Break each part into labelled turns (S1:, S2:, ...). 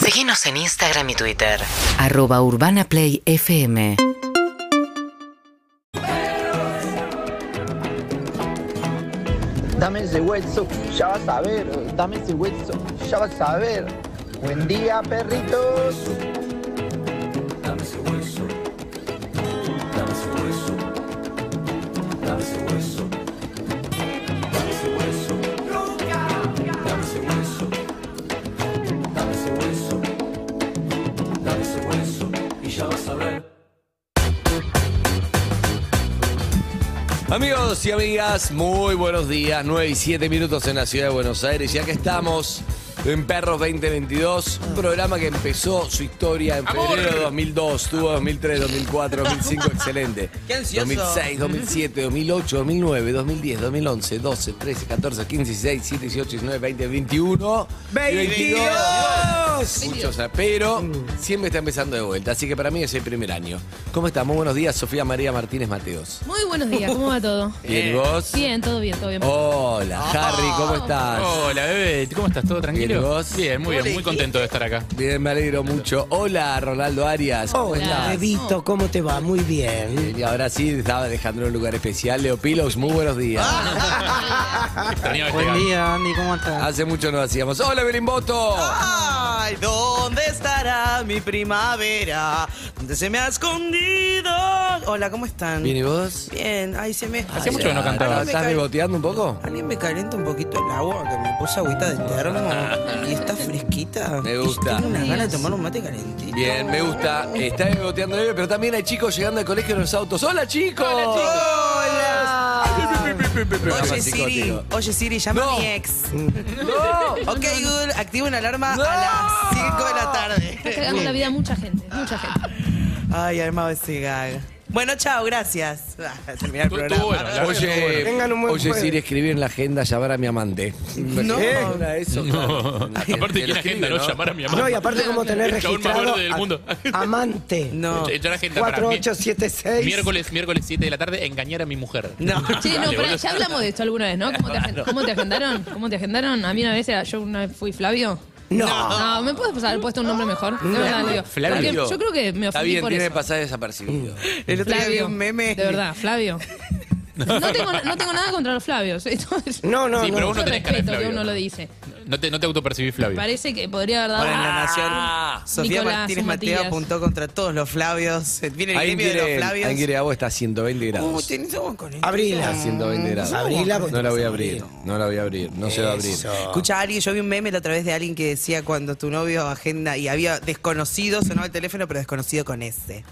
S1: Seguinos en Instagram y Twitter.
S2: Arroba Urbana Play FM.
S3: Dame ese hueso, ya vas a ver. Dame ese hueso, ya vas a ver. Buen día, perritos.
S4: Dame ese hueso. Dame ese hueso. Dame ese hueso. Dame ese hueso. Dame ese hueso. Dame ese hueso. Dame ese hueso. Y ya vas a ver.
S5: Amigos y amigas, muy buenos días. 9 y 7 minutos en la ciudad de Buenos Aires. Y acá estamos en Perros 2022. Un programa que empezó su historia en febrero de 2002, tuvo 2003, 2004, 2005. Excelente.
S6: Qué ansioso.
S5: 2006, 2007, 2008, 2009, 2010, 2011, 12, 13, 14, 15, 16, 17, 18, 19, 20, 21. y 22. Muchos, ¿eh? pero siempre está empezando de vuelta. Así que para mí es el primer año. ¿Cómo estás? Muy buenos días, Sofía María Martínez Mateos.
S7: Muy buenos días, ¿cómo va todo?
S5: Bien, ¿y vos?
S7: Bien, todo bien, todo bien.
S6: Oh,
S5: Hola, Harry, ¿cómo estás?
S8: Hola, bebé. ¿Cómo estás? ¿Todo tranquilo?
S5: Bien, ¿y vos?
S8: Bien, muy bien. Muy contento de estar acá.
S5: Bien, me alegro mucho. Hola, Ronaldo Arias, ¿cómo estás?
S9: Bebito, ¿cómo te va? Muy bien.
S5: Bien, Y ahora sí, estaba dejando en un lugar especial. Leo Pilos, muy buenos días.
S8: Extrañaba este
S9: Buen
S8: gato.
S9: día, Andy, ¿cómo estás?
S5: Hace mucho no hacíamos. ¡Hola, Berimboto!
S6: Ay, ¿dónde estará mi primavera? ¿Dónde se me ha escondido? Hola, ¿cómo están?
S5: ¿Bien y vos?
S6: Bien, ay, se me.
S8: Hace mucho que no cantaba.
S6: Alguien me
S5: ¿Estás
S6: cal-
S5: reboteando un poco?
S6: Alguien me calienta un poquito el agua, que me puso agüita de termo y está fresquita.
S5: Me gusta.
S6: Tengo unas ganas de tomar un mate calentito.
S5: Bien, me gusta. Está reboteando leve, pero también hay chicos llegando al colegio en los autos. ¡Hola, chicos!
S6: Hola.
S5: Programa
S6: Oye, Siri,
S5: psicótico.
S6: oye, Siri, llama
S5: No.
S6: a mi ex.
S5: ¡No!
S6: Ok, Google, activa una alarma
S5: No.
S6: a las 5 de la
S7: Está cagando la
S6: tarde.
S7: vida a mucha gente, mucha gente.
S6: Ay, armado ese gag. Bueno, chao, gracias. Ah, Terminar el
S8: Estuvo
S6: programa.
S8: bueno, la verdad que estuvo
S5: Oye,
S9: Tengan un buen
S5: oye
S9: jueves.
S5: Siri, escribí en la agenda llamar a mi amante.
S6: No.
S5: ¿Qué? Era eso, claro. En la agenda.
S8: Aparte,
S5: Lo
S8: ¿quién
S5: escribe,
S8: agenda no llamar a mi mamá?
S9: No, y aparte como tener
S8: El chabón más
S9: registrado
S8: verde del
S9: a-
S8: mundo.
S9: amante
S6: No.
S8: Echó la agenda para mí.
S9: 4876.
S8: Miércoles, miércoles 7 de la tarde, engañar a mi mujer.
S6: No.
S7: Che, no,
S8: Dale,
S7: pará,
S8: boludo.
S7: ya hablamos de esto alguna vez, ¿no? ¿Cómo te, agen- cómo te agendaron? ¿Cómo te agendaron? A mí una vez era, yo una vez fui Flavio.
S9: No.
S7: No, ¿me puedes haber puesto un nombre mejor? De verdad, le digo.
S5: Flavio.
S7: Porque Yo creo que me
S5: Está
S7: ofendí
S5: bien,
S7: por
S5: tiene que
S7: eso.
S5: pasar desapercibido.
S6: El otro día vi un meme.
S7: De verdad, Flavio. No tengo, no tengo nada contra los Flavios. Entonces,
S9: No, no,
S8: Sí, pero
S9: no.
S8: vos no tenés cara de
S7: respeto que
S8: Flavio.
S7: uno lo dice.
S8: No te, no te autopercibís, Flavio.
S7: Parece que podría haber dado.
S6: Ahora en
S7: Ah,
S6: la nación, Sofía
S7: Nicolás,
S6: Martínez
S7: o
S6: Mateo
S7: Matías.
S6: apuntó contra todos los Flavios. Eh, Viene el
S5: Ahí en
S6: gremio de los Flavios. Uh,
S5: Guireabo está a 120
S6: Uy,
S5: grados.
S6: tenés agua con el-
S5: A
S9: Abrila.
S5: 120 grados.
S9: Abrila, porque
S5: No
S9: te
S5: la voy a
S9: pasa
S5: abrir.
S9: frío.
S5: No la voy a abrir. No se va a abrir.
S6: Escucha, alguien, yo vi un meme la otra vez de alguien que decía cuando tu novio agenda y había desconocido, sonaba el teléfono, pero desconocido con S.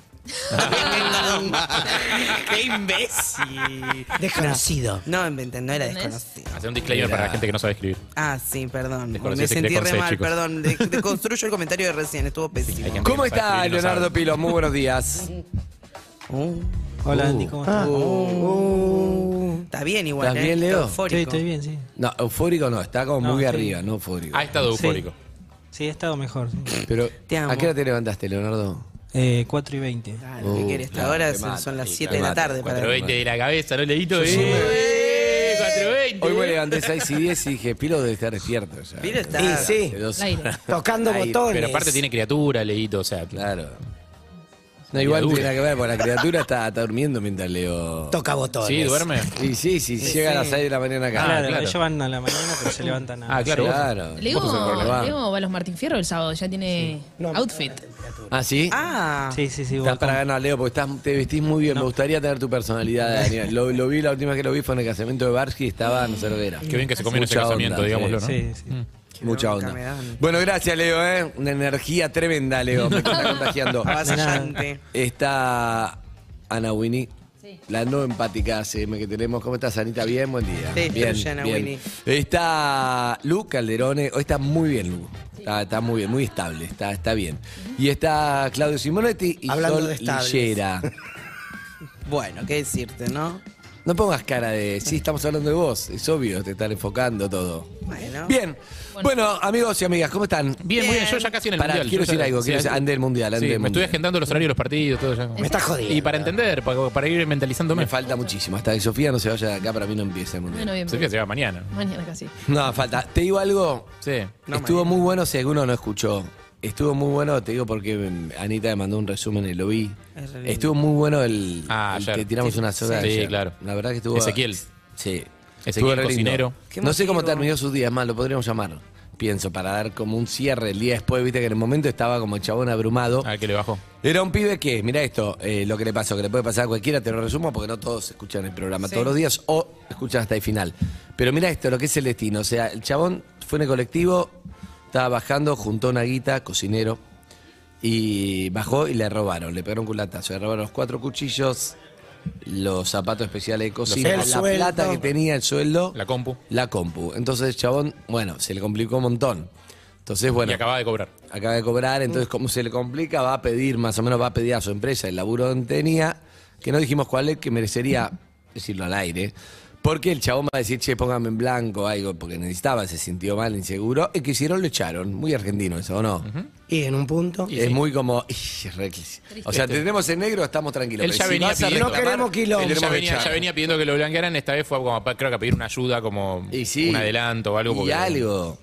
S6: ¡Qué imbécil!
S9: Desconocido.
S6: No, inventé, no era
S7: ¿Entendés?
S6: desconocido.
S8: Hacer un disclaimer para la gente que no sabe escribir.
S6: Ah, sí, perdón.
S8: Desconocido
S6: Me
S8: se
S6: sentí
S8: cree con
S6: re
S8: C,
S6: mal,
S8: chicos.
S6: perdón. De- Deconstruyo el comentario de recién, estuvo pésimo.
S8: que-
S5: ¿Cómo
S8: Sabe
S5: está
S8: escribir y no
S5: Leonardo
S8: sabe.
S5: Pilos? Muy buenos días.
S6: Uh,
S9: Hola, Andy, ¿cómo
S10: Ah,
S9: estás?
S6: Está bien igual,
S5: ¿Estás
S6: ¿eh?
S5: bien, Leo?
S6: Eufórico.
S9: Sí, estoy bien, sí.
S5: No, eufórico no, está como
S9: No,
S5: muy
S9: sí.
S5: arriba, no eufórico.
S8: Ha estado
S9: Sí.
S8: eufórico.
S9: Sí, he estado mejor. sí.
S5: Pero,
S6: Te amo.
S5: ¿a qué hora te levantaste, Leonardo?
S9: Eh, 4 y 20.
S6: Ah, lo que
S5: Uh,
S6: quiere esta
S5: claro,
S6: hora
S5: te
S6: son,
S5: mata,
S6: son las
S5: sí,
S6: 7
S5: te
S6: de la
S5: mata,
S6: tarde.
S5: cuatro
S6: Para...
S5: horas.
S8: 420 de la cabeza, ¿no, Leito?
S5: sí me-
S8: ¡Eh! 420.
S5: Hoy me levanté 6 y 10 y dije, Pilo debe estar despierto ya.
S6: Pilo está-
S9: Y sí,
S5: De dos
S7: Al aire.
S5: horas.
S9: tocando
S5: Ahí,
S9: botones.
S8: Pero aparte tiene criatura, Leito, o sea.
S5: Claro. No, igual
S8: Criatura.
S5: tiene nada que ver, porque la criatura está, está durmiendo mientras leo.
S9: Toca botones.
S8: Sí, duerme.
S5: Y sí, sí, llega a las 6 de la mañana acá.
S8: Ah,
S9: Claro,
S8: claro.
S9: ellos van a la mañana, pero se levantan a...
S8: Ah, claro. vos.
S5: Claro.
S7: Leo,
S5: Vos sos el problema.
S7: Leo va a los Martín Fierro el sábado, ya tiene outfit.
S5: Ah, sí.
S6: Ah,
S9: Sí, sí, sí. voy
S5: Estás para
S9: con-
S5: ganar, Leo, porque estás- te vestís muy bien. Me gustaría tener tu personalidad, Daniel. Lo, lo vi, la última vez que lo vi fue en el casamiento de Barsky y estaba en Cervera.
S8: Qué bien que se comió en ese
S5: Mucha
S8: casamiento,
S5: onda,
S8: digámoslo,
S5: sí.
S8: ¿no?
S9: Sí, sí.
S10: Mm.
S5: Mucha
S6: bronca
S5: onda.
S6: me dan.
S5: Bueno, gracias, Leo, ¿eh? Una energía tremenda, Leo. Me está contagiando.
S6: avasallante.
S5: Está Ana Winnie. La no empática CM que tenemos. ¿Cómo estás, Anita? Bien, buen día.
S6: Te
S5: bien,
S6: destruye, Ana Winnie.
S5: Está Lu Calderone. Hoy está muy bien, Lu. Está, está muy bien, muy estable. Está, está bien. Y está Claudio Simonetti y
S9: Hablando
S5: Sol
S9: de estables.
S5: Lillera.
S6: Bueno, qué decirte, ¿no?
S5: No pongas cara de, sí, estamos hablando de vos. Es obvio, te están enfocando todo.
S6: Bueno.
S5: Bien. Bueno, amigos y amigas, ¿cómo están?
S8: Bien, muy bien. Yo ya casi en el
S5: Pará,
S8: mundial.
S5: quiero
S8: Yo ya-
S5: decir algo,
S8: sí,
S5: quiero decir-
S8: antes-
S5: ande el mundial, ande
S8: Sí,
S5: el
S8: me estoy
S5: mundial.
S8: agendando los horarios de los partidos, todo ya.
S9: Me estás jodiendo.
S8: Y para entender, para, para ir mentalizándome.
S5: Me falta muchísimo. Hasta que Sofía no se vaya de acá, para mí no empieza el mundial.
S7: Bueno, bien.
S8: Sofía se va mañana.
S7: Mañana casi.
S5: No, falta. Te digo algo.
S8: Sí.
S5: Estuvo muy bueno si alguno no escuchó. Estuvo muy bueno, te digo porque mm, Anita me mandó un resumen y lo vi.
S11: Es re lindo.
S5: Estuvo muy bueno el,
S8: Ah,
S5: el
S8: ayer.
S5: que tiramos
S8: Sí,
S5: una soda.
S8: sí,
S5: ayer.
S8: claro.
S5: La verdad que estuvo.
S8: Ezequiel.
S5: Sí.
S8: Ezequiel,
S5: Estuvo re lindo.
S8: cocinero.
S11: Qué
S5: No sé cómo
S11: emotivo.
S5: terminó su día, es más, lo podríamos llamar. Pienso, para dar como un cierre el día después, viste que en el momento estaba como el chabón abrumado.
S8: A ver que le bajó.
S5: Era un pibe que, mira esto, eh, lo que le pasó, que le puede pasar a cualquiera, te lo resumo porque no todos escuchan el programa todos los días o escuchan hasta el final. Pero mira esto, lo que es el destino. O sea, el chabón fue en el colectivo, estaba bajando, juntó una guita, cocinero, y bajó y le robaron, le pegaron un culatazo, le robaron los cuatro cuchillos, los zapatos especiales de cocina,
S10: El
S5: la
S10: sueldo.
S5: plata que tenía, el sueldo,
S8: La compu.
S5: la compu. Entonces el chabón, bueno, se le complicó un montón. Entonces, bueno
S8: Y acababa de cobrar.
S5: acaba de cobrar, entonces como se le complica, va a pedir, más o menos va a pedir a su empresa el laburo que tenía, que no dijimos cuál es, que merecería decirlo al aire, porque el chabón va a decir, che, póngame en blanco algo, porque necesitaba, se sintió mal, inseguro, y que hicieron, lo echaron. Muy argentino eso, ¿o no?
S10: Y en un punto.
S5: Es muy como, "Ih, es re- o sea, tenemos en negro, estamos tranquilos.
S8: Él
S5: pero
S8: ya
S5: si
S8: venía
S5: vas a
S8: pidiendo-
S5: reclamar,
S10: No queremos quilombo.
S5: te
S8: Él ya
S5: tenemos que
S8: venía,
S5: echar.
S8: ya venía pidiendo que lo blanquearan, esta vez fue como a- creo que a pedir una ayuda, como
S5: Y sí.
S8: un adelanto o algo.
S5: Y
S8: porque-
S5: algo.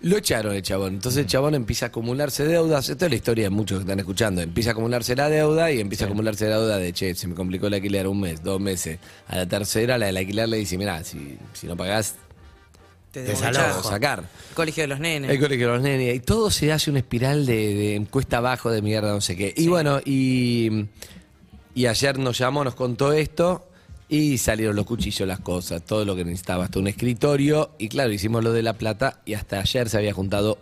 S5: Lo echaron el chabón. Entonces el chabón empieza a acumularse deudas. Esta es la historia de muchos que están escuchando. Empieza a acumularse la deuda y empieza a acumularse la deuda de, che, se me complicó el alquiler un mes, dos meses. A la tercera, la del alquiler le dice, mirá, si, si no pagás,
S11: Te
S5: te
S11: debo
S5: la
S11: mucho.
S5: puedo sacar.
S11: Colegio de los nenes.
S5: El colegio de los nenes. Y todo se hace una espiral de, de cuesta abajo, de mierda, no sé qué. Y bueno, y, y ayer nos llamó, nos contó esto. Y salieron los cuchillos, las cosas, todo lo que necesitaba, hasta un escritorio. Y claro, hicimos lo de la plata. Y hasta ayer se había juntado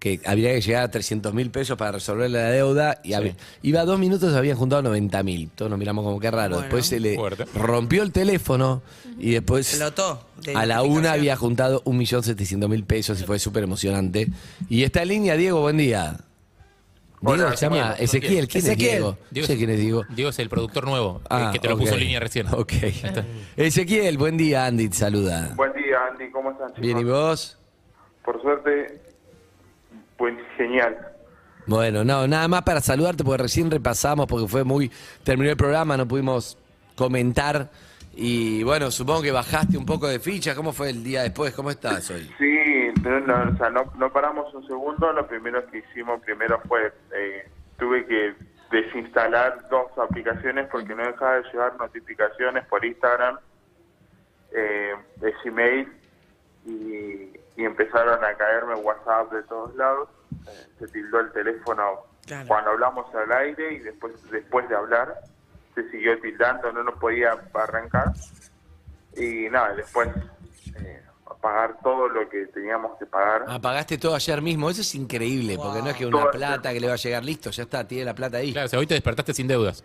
S5: que habría que llegar a 300 mil pesos para resolver la deuda. Y había- iba a dos minutos, habían juntado 90 mil. Todos nos miramos como que raro.
S11: Bueno.
S5: después se le
S8: Fuerte.
S5: rompió el teléfono. Y después.
S11: Explotó de
S5: a la una
S11: notificación.
S5: había juntado 1.700.000 pesos y fue súper emocionante. Y está en línea, Diego, buen día. Diego, se llama Ezequiel. ¿Quién
S10: Ezequiel.
S5: es Diego?
S8: Diego
S5: No sé
S8: es-
S5: quién es Diego.
S8: Diego es el productor nuevo,
S5: Ah,
S8: el que te lo puso
S5: ok.
S8: en línea recién.
S5: Ok. Ezequiel, buen día, Andy, te saluda.
S6: Buen día, Andy, ¿cómo están, chicos?
S5: Bien, ¿y vos?
S6: Por suerte, buen, genial.
S5: Bueno, no, nada más para saludarte porque recién repasamos porque fue muy... Terminó el programa, no pudimos comentar. Y bueno, supongo que bajaste un poco de ficha. ¿Cómo fue el día después? ¿Cómo estás hoy?
S6: Sí, pero no, o sea, no, no paramos un segundo. Lo primero que hicimos primero fue, eh, tuve que desinstalar dos aplicaciones porque no dejaba de llegar notificaciones por Instagram, eh, de Gmail y, y empezaron a caerme WhatsApp de todos lados. Eh, se tildó el teléfono
S11: Claro.
S6: cuando hablamos al aire y después después de hablar se siguió tildando, no nos podía arrancar y nada, después eh, pagar todo lo que teníamos que pagar.
S5: Apagaste todo ayer mismo, eso es increíble, porque no es que una
S6: Todo
S5: plata que le va a llegar listo, ya está, tiene la plata ahí.
S8: Claro, o sea, hoy te despertaste sin deudas.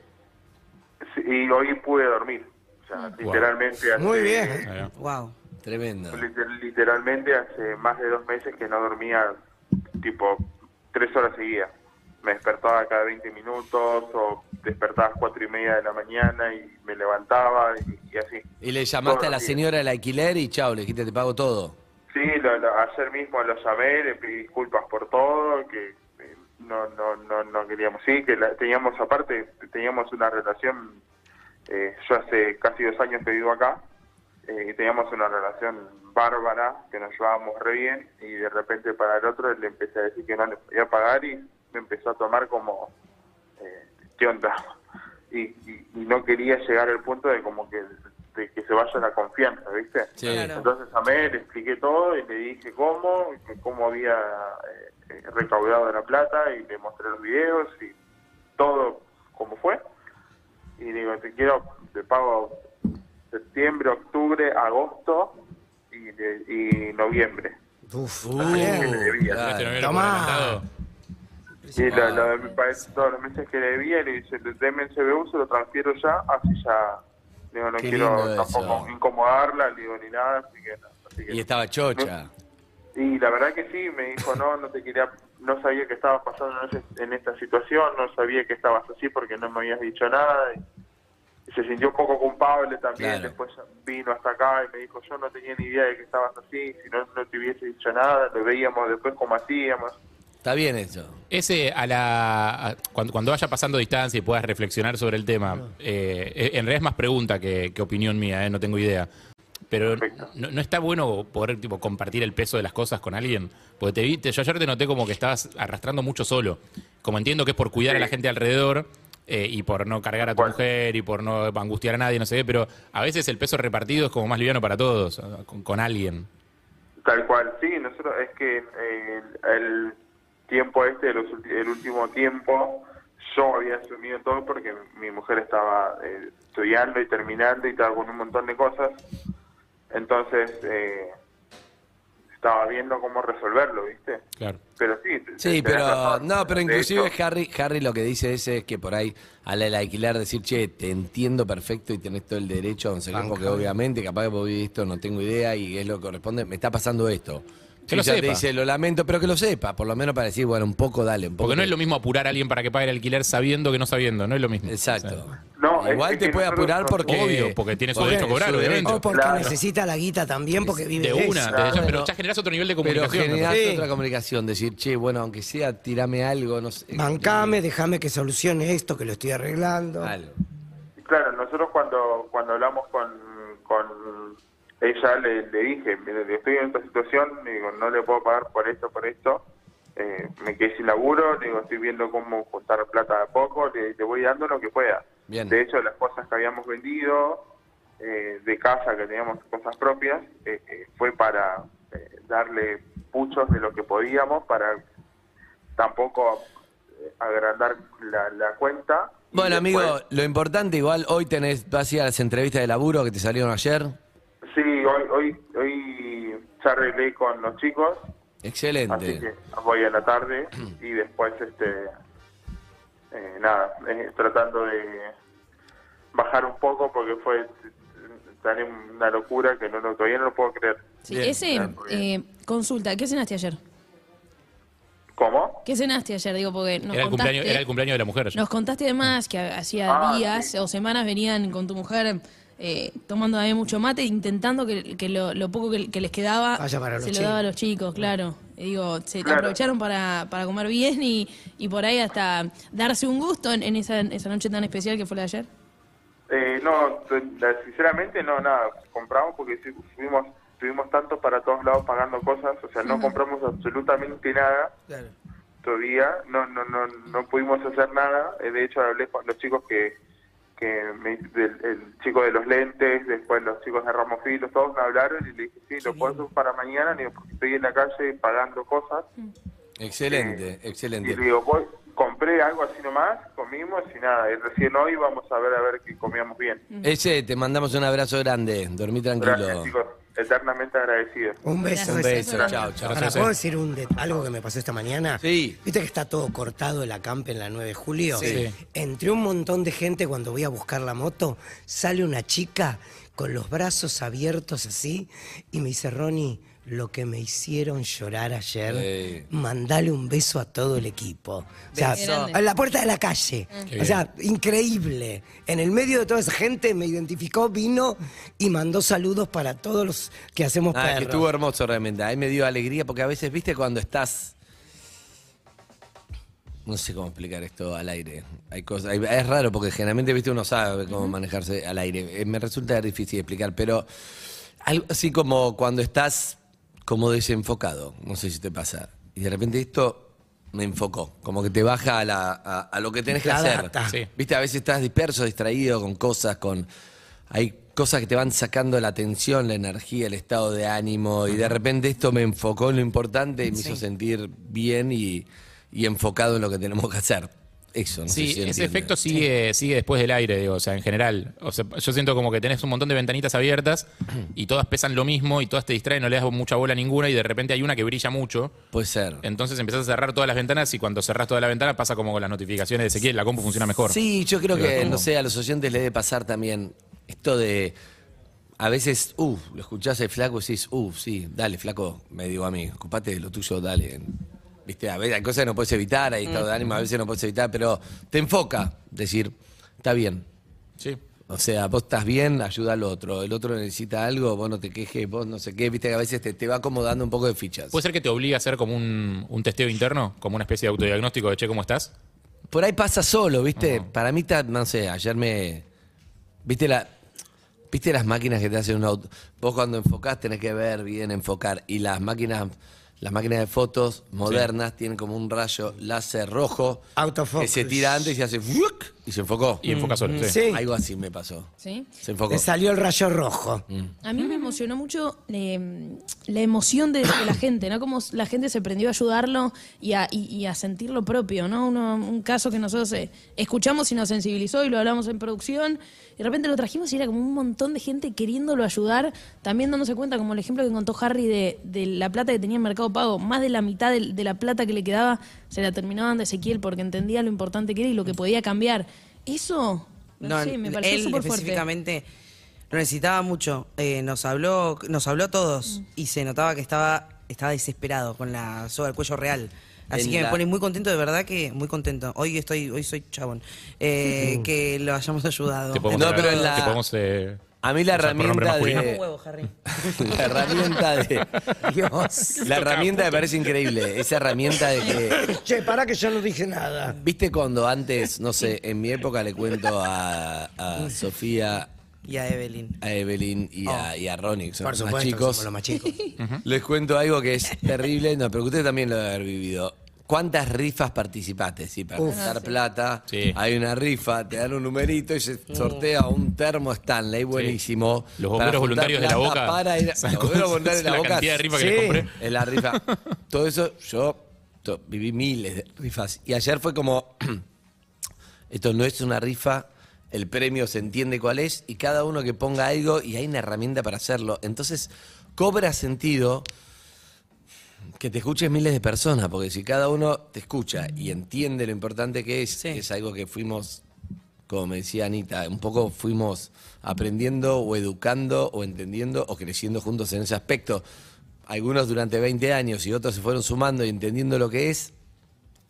S6: Sí, Y hoy pude dormir, o sea, literalmente hace,
S10: Muy bien.
S11: Wow.
S5: Tremendo.
S6: liter- literalmente hace más de dos meses que no dormía tipo tres horas seguidas. Me despertaba cada 20 minutos o despertaba a las cuatro y media de la mañana y me levantaba y, y así.
S5: Y le llamaste a la
S6: Todos los días.
S5: señora del alquiler y chao, le dijiste te pago todo.
S6: Sí, lo- lo- ayer mismo lo llamé, le pedí disculpas por todo, que eh, no, no, no, no queríamos, sí, que la- teníamos aparte, teníamos una relación, eh, yo hace casi dos años que vivo acá, eh, y teníamos una relación bárbara, que nos llevábamos re bien, y de repente para el otro le empecé a decir que no le podía pagar y me empezó a tomar como, eh, ¿qué onda? Y, y- y no quería llegar al punto de como que, de que se vaya la confianza, ¿viste?
S5: Sí.
S11: Claro.
S6: Entonces llamé, le expliqué todo y le dije cómo, que cómo había eh, eh, recaudado la plata y le mostré los videos y todo como fue. Y le digo, te quiero, te pago septiembre, octubre, agosto y, de- y noviembre.
S10: Uf.
S6: Así que le debía.
S8: Este
S5: Uh, Claro.
S8: novio lo
S10: Tomá.
S8: pone anotado.
S6: Y lo, lo de mi
S5: Ah,
S6: país, todos los meses que le debía, le dice, deme el CBU, se lo transfiero ya, así ya. Le digo, no
S5: Qué
S6: quiero
S5: lindo
S6: tampoco
S5: eso.
S6: incomodarla, le digo, ni nada, así que no. Así que
S5: Y estaba chocha.
S6: Y la verdad que sí, me dijo, no, no te quería, no sabía que estabas pasando en, ese- en esta situación, no sabía que estabas así porque no me habías dicho nada. Y, y se sintió un poco culpable también,
S5: Claro.
S6: después vino hasta acá y me dijo, yo no tenía ni idea de que estabas así, si no, no te hubiese dicho nada, lo veíamos después como hacíamos.
S5: Está bien eso.
S8: Ese, a la, a- cuando, cuando vaya pasando distancia y puedas reflexionar sobre el tema, eh, en realidad es más pregunta que, que opinión mía, eh, no eh, tengo idea. Pero
S6: Perfecto.
S8: no, no está bueno poder tipo, compartir el peso de las cosas con alguien. Porque te vi, te- yo ayer te noté como que estabas arrastrando mucho solo. Como entiendo que es por cuidar a la
S6: Sí.
S8: gente alrededor eh, y por no cargar a tu
S6: Bueno.
S8: mujer y por no angustiar a nadie, no sé qué, pero a veces el peso repartido es como más liviano para todos, eh, con, con alguien.
S6: Tal cual, sí, nosotros es que eh, el, el tiempo este, de los ulti- el último tiempo, yo había asumido todo porque mi mujer estaba eh, estudiando y terminando y estaba con un montón de cosas. Entonces, eh, estaba viendo cómo resolverlo, ¿viste?
S8: Claro.
S6: Pero sí. te-
S5: Sí,
S6: tenés
S5: pero
S6: razón.
S5: no, pero
S6: Este, De
S5: inclusive
S6: hecho,
S5: Harry, Harry lo que dice ese es que por ahí al al alquilar decir, che, te entiendo perfecto y tenés todo el derecho a conseguir, porque obviamente capaz que vos vivís esto, no tengo idea y es lo que corresponde, me está pasando esto.
S8: Que
S5: Y
S8: lo
S5: ya te
S8: sepa.
S5: dice, lo lamento, pero que lo sepa, por lo menos para decir, bueno, un poco dale, un poco.
S8: Porque no es lo mismo apurar a alguien para que pague el alquiler sabiendo que no sabiendo, no es lo mismo.
S5: Exacto.
S8: O sea,
S6: No, es-
S5: Igual
S6: es
S5: te
S6: que
S5: puede
S6: nosotros
S5: apurar
S6: no-
S5: porque...
S8: Obvio, porque tiene su derecho a cobrar,
S5: su
S8: obviamente.
S5: derecho.
S10: O porque
S6: Claro.
S10: necesita la guita también porque vive
S8: de una,
S10: eso.
S8: desde ya, pero
S5: Claro.
S8: ya generás otro nivel de
S5: Pero
S8: comunicación. me
S5: generar
S8: parece.
S5: otra comunicación, decir, che, bueno, aunque sea, tirame algo, no sé.
S10: Bancame, déjame que solucione esto, que lo estoy arreglando.
S5: Algo.
S6: Claro, nosotros cuando cuando hablamos con, con ella le, le dije, "Mire, estoy en esta situación, digo, no le puedo pagar por esto, por esto, eh, me quedé sin laburo, digo, estoy viendo cómo juntar plata de a poco, le, le voy dando lo que pueda.
S5: Bien.
S6: De hecho, las cosas que habíamos vendido eh, de casa, que teníamos cosas propias, eh, eh, fue para eh, darle puchos de lo que podíamos para tampoco eh, agrandar la, la cuenta. Y
S5: Bueno, amigo,
S6: después-
S5: lo importante igual, hoy tenés, vas a ir a las entrevistas de laburo que te salieron ayer.
S6: Sí, hoy, hoy, hoy ya arreglé con los chicos, así que
S5: Excelente.
S6: voy a la tarde y después, este, eh, nada, eh, tratando de bajar un poco porque fue tan una locura que no, lo- todavía no lo puedo creer.
S7: Sí,
S5: Bien,
S7: ese,
S6: bien, bien.
S7: eh, consulta, ¿qué cenaste ayer?
S6: ¿Cómo?
S7: ¿Qué cenaste ayer? Digo, porque nos
S8: Era
S7: contaste,
S8: el, cumpleaños, era el cumpleaños de la mujer. ayer.
S7: nos contaste además que hacía
S6: Ah,
S7: días
S6: sí.
S7: o semanas venían con tu mujer eh, tomando también mucho mate, intentando que, que lo, lo poco que, que les quedaba
S10: Vaya para los
S7: se lo
S10: chicos.
S7: daba a los chicos, claro. Y Digo, se
S6: Claro.
S7: aprovecharon para, para comer bien y, y por ahí hasta darse un gusto en, en esa, en esa noche tan especial que fue la de ayer.
S6: Eh, no, t- sinceramente no, nada, compramos porque sí, fuimos, tuvimos tanto para todos lados pagando cosas, o sea, no compramos absolutamente nada.
S10: Claro.
S6: todavía no no no no pudimos hacer nada Eh, de hecho hablé con los chicos que que me- del- el chico de los lentes después los chicos de Ramofilos todos me hablaron y le dije sí lo puedo hacer para mañana le digo, porque estoy en la calle pagando cosas
S5: Excelente,
S6: y
S5: excelente.
S6: le digo voy compré algo así nomás comimos y nada y recién hoy vamos a ver a ver qué comíamos bien
S5: Ese, te mandamos un abrazo grande. Dormí
S6: gracias
S5: tranquilo.
S6: eh, chicos eternamente agradecido
S10: Un beso.
S5: Un
S10: ese.
S5: beso, chao, chao.
S10: Ahora, ¿puedo decir un det- algo que me pasó esta mañana?
S5: Sí.
S10: ¿Viste que está todo cortado el acampe en la 9 de julio?
S5: Sí.
S10: Entre un montón de gente, cuando voy a buscar la moto, sale una chica con los brazos abiertos así y me dice, Ronnie, lo que me hicieron llorar ayer,
S5: Sí.
S10: mandale un beso a todo el equipo. O sea,
S7: Beso.
S10: a la puerta de la calle.
S5: Mm.
S8: Qué
S10: O sea, increíble. En el medio de toda esa gente me identificó, vino y mandó saludos para todos los que hacemos
S5: Ah, que
S10: perros.
S5: estuvo hermoso realmente. A mí me dio alegría porque a veces, viste, cuando estás. No sé cómo explicar esto al aire. Hay cosas, hay- es raro porque generalmente, viste, uno sabe cómo manejarse al aire. Eh, Me resulta difícil explicar, pero algo así como cuando estás como desenfocado. No sé si te pasa. Y de repente esto me enfocó. Como que te baja a, la- a- a lo que tenés que
S10: La
S5: hacer.
S10: data.
S8: Sí.
S5: Viste, a veces estás disperso, distraído con cosas, con. Hay cosas que te van sacando la atención, la energía, el estado de ánimo. Y de repente esto me enfocó en lo importante y me hizo sentir bien y, y enfocado en lo que tenemos que hacer. Eso, no sé
S8: Sí,
S5: si
S8: ese
S5: entiende.
S8: efecto sigue, sigue después del aire, digo, o sea, en general. O sea, yo siento como que tenés un montón de ventanitas abiertas y todas pesan lo mismo y todas te distraen, no le das mucha bola a ninguna y de repente hay una que brilla mucho.
S5: Puede ser.
S8: Entonces empezás a cerrar todas las ventanas y cuando cerrás toda la ventana pasa como con las notificaciones de Ezequiel, la compu funciona mejor.
S5: Sí, yo creo
S8: Digo,
S5: que,
S8: ¿cómo?
S5: no sé, a los oyentes le debe pasar también esto de. A veces, uff, lo escuchás al flaco y decís, uff, sí, dale, flaco, me digo a mí, ocupate de lo tuyo, dale. Viste, a veces hay cosas que no puedes evitar, hay estado de ánimo, a veces no puedes evitar, pero te enfoca, decir, está bien.
S8: Sí.
S5: O sea, vos estás bien, ayuda al otro. El otro necesita algo, vos no te quejes, vos no sé qué, viste que a veces te, te va acomodando un poco de fichas.
S8: ¿Puede ser que te obligue a hacer como un, un testeo interno? Como una especie de autodiagnóstico de che, ¿cómo estás?
S5: Por ahí pasa solo, ¿viste? Para mí, ta- no sé, ayer me. ¿Viste la. ¿Viste las máquinas que te hacen un auto? Vos cuando enfocás tenés que ver bien, enfocar. Y las máquinas, las máquinas de fotos modernas tienen como un rayo láser rojo que se tira antes y se hace ¡vuc! y se enfocó.
S8: Y enfoca solo, sí.
S10: Sí.
S5: Algo así me pasó.
S7: ¿Sí?
S5: Se enfocó.
S10: Le salió el rayo rojo.
S8: Mm.
S7: A mí me emocionó mucho eh, la emoción de, de la gente, ¿no? Como la gente se prendió a ayudarlo y a, y- y a sentir lo propio, ¿no? Uno- un caso que nosotros eh, escuchamos y nos sensibilizó y lo hablamos en producción. Y de repente lo trajimos y era como un montón de gente queriéndolo ayudar, también dándose cuenta, como el ejemplo que contó Harry de, de la plata que tenía en Mercado Pago, más de la mitad del- de, la plata que le quedaba se la terminaba dando a Ezequiel porque entendía lo importante que era y lo que podía cambiar. Eso, no,
S6: No,
S7: sé, me pareció
S6: él
S7: súper fuerte.
S6: específicamente lo necesitaba mucho. Eh, nos habló, nos habló a todos
S7: Mm.
S6: y se notaba que estaba, estaba desesperado con la soga del cuello real. Así
S12: En
S6: que me
S12: la-
S6: pone muy contento, de verdad que muy contento. Hoy estoy, hoy soy chabón. Eh, que lo hayamos ayudado.
S8: Te podemos,
S5: No,
S8: traer-
S5: pero en la-
S8: te podemos, eh,
S5: A mí la
S8: usar pronombre
S5: herramienta
S8: masculino.
S5: de... La herramienta de. Dios. La herramienta me parece increíble. Esa herramienta de que.
S10: Che, pará que yo no dije nada.
S5: ¿Viste cuando antes, no sé, en mi época le cuento a, a Sofía,
S6: Y a Evelyn.
S5: a Evelyn y a, y a Ronnie, que son
S10: Oh. Por
S5: los
S10: supuesto
S5: más
S10: que
S5: chicos?
S10: somos los más chicos.
S5: Les cuento algo que es terrible, no, pero ustedes también lo deben haber vivido. ¿Cuántas rifas participaste? Sí, para
S10: Uf.
S5: gastar plata, hay una rifa, te dan un numerito y se sortea un termo Stanley, buenísimo.
S8: Los
S5: Para juntar
S8: bomberos voluntarios de la
S5: plata
S8: boca.
S5: Para ir,
S8: ¿Sabes
S5: los bomberos
S8: cómo es
S5: voluntarios de la,
S8: la
S5: boca.
S8: cantidad de rifa que les compré?
S5: Es la rifa. Todo eso, yo to- viví miles de rifas. Y ayer fue como, esto no es una rifa, el premio se entiende cuál es y cada uno que ponga algo y hay una herramienta para hacerlo. Entonces, cobra sentido que te escuches miles de personas, porque si cada uno te escucha y entiende lo importante que es, que es algo que fuimos, como me decía Anita, un poco fuimos aprendiendo o educando o entendiendo o creciendo juntos en ese aspecto. Algunos durante 20 años y otros se fueron sumando y entendiendo lo que es,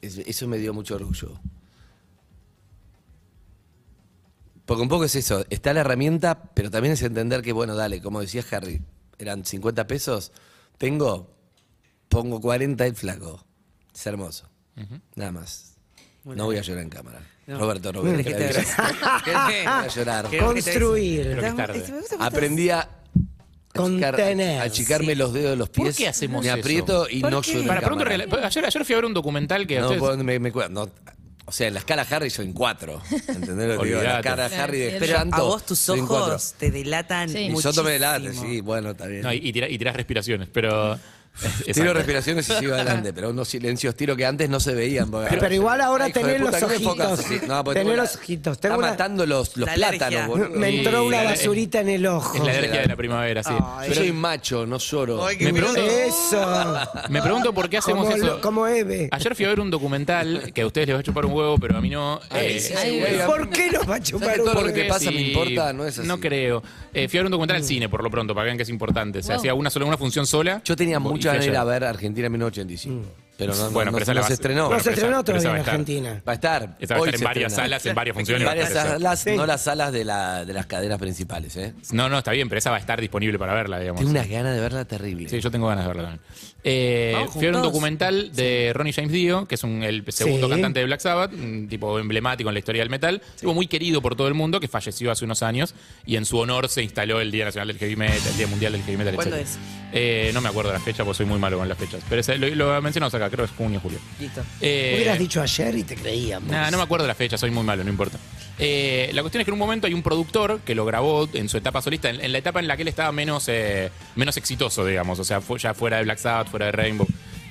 S5: es- eso me dio mucho orgullo. Porque un poco es eso, está la herramienta, pero también es entender que, bueno, dale, como decía Harry, eran 50 pesos, tengo, pongo 40 el flaco. Es hermoso. Nada más.
S6: Muy
S5: no
S6: bien.
S5: voy a llorar en cámara.
S6: No.
S5: Roberto, no
S6: ¿Querés que te-
S5: voy a llorar.
S6: Creo que te- Construir. Creo que es tarde.
S5: Aprendí a achicar- achicarme los dedos de los pies.
S8: ¿Por qué hacemos
S5: Me
S8: eso?
S5: aprieto y
S8: ¿Por
S5: no
S8: qué?
S5: lloro en
S8: Para pronto,
S5: cámara.
S8: rela- ayer, ayer fui a ver un documental que a
S5: No,
S8: ustedes-
S5: puedo- me- me cu- no, o sea, en la escala Harry soy en cuatro. ¿Entendés lo que digo? En La
S8: Olvidate.
S5: escala Harry de
S6: Pero a
S5: llanto,
S6: vos tus
S5: soy en cuatro.
S6: ojos te delatan
S5: Y
S6: muchísimo.
S5: Soto me delate, sí, bueno, está bien.
S8: No, y, y tira- y tirás respiraciones, pero.
S5: Tiro respiraciones y sigo adelante, pero unos silencios tiro que antes no se veían. porque-
S10: Pero, igual ahora
S5: Ay, hijo de
S10: tenés los
S5: puta, ¿qué me enfocas
S10: ojitos.
S5: así? No, porque
S10: tenés
S5: tengo
S10: los
S5: la-
S10: ojitos.
S5: Está
S10: Tengo una-
S5: matando los, los
S10: La
S5: plátanos,
S10: alergia.
S5: boludo.
S10: Me entró una
S8: la-
S10: basurita en el ojo.
S8: Es la alergia de la primavera, sí.
S5: Yo soy macho, no lloro.
S8: Ay, qué Me pregunto- miedo.
S10: Eso.
S8: Me pregunto por qué hacemos
S10: como,
S8: eso.
S10: lo- como Eve.
S8: Ayer fui a ver un documental que a ustedes les va a chupar un huevo, pero a mí no. eh,
S10: ¿Por qué nos va a chupar
S5: todo
S10: un
S5: lo que te
S10: huevo?
S5: pasa me
S8: Sí,
S5: importa? No es así. Mm.
S8: No creo. Eh, fui a ver un documental al cine, por lo pronto, para que vean que es importante. Se hacía una sola, una función sola.
S5: Yo tenía
S8: Bo-
S5: mucha
S8: y fui
S5: ganas de
S8: ayer.
S5: ir a ver Argentina 1985. Pero no, no-
S8: Bueno,
S5: no-
S8: pero esa
S5: no
S8: la
S5: se
S8: vas-
S5: estrenó.
S10: Mm. No se
S8: Bueno, pero esa-
S10: estrenó
S8: pero esa
S10: todavía
S8: va a
S10: en
S8: estar.
S10: Argentina.
S5: Va a estar.
S8: Esa va a
S5: hoy
S8: estar en
S5: se
S8: varias
S5: estrena.
S8: salas, en varias funciones,
S5: En varias
S8: me parece.
S5: salas,
S8: Sí.
S5: no las salas de, la- de las cadenas principales, ¿eh?
S8: No, no, está bien, pero esa va a estar disponible para verla, digamos.
S5: Tengo unas ganas de verla terrible.
S8: Sí, yo tengo ganas de verla también. Eh,
S5: Vamos
S8: fui a ver un
S5: juntos.
S8: documental de Ronnie James Dio, que es un- el segundo
S5: Sí.
S8: cantante de Black Sabbath, un tipo emblemático en la historia del metal, tipo muy querido por todo el mundo, que falleció hace unos años y en su honor se instaló el Día Nacional del Heavy Metal, el Día Mundial del Heavy Metal,
S6: ¿Cuándo
S8: etcétera. Eh, no me acuerdo la fecha porque soy muy malo con las fechas, pero ese- lo, lo mencionamos acá, creo que es junio, julio.
S6: Listo.
S8: Eh,
S10: Hubieras dicho ayer y te creíamos.
S8: Nah, no me acuerdo la fecha, soy muy malo, no importa. Eh, la cuestión es que en un momento hay un productor que lo grabó en su etapa solista, en, en la etapa en la que él estaba menos, eh, menos exitoso, digamos, o sea, fu- ya fuera de Black Sabbath, fuera de Rainbow.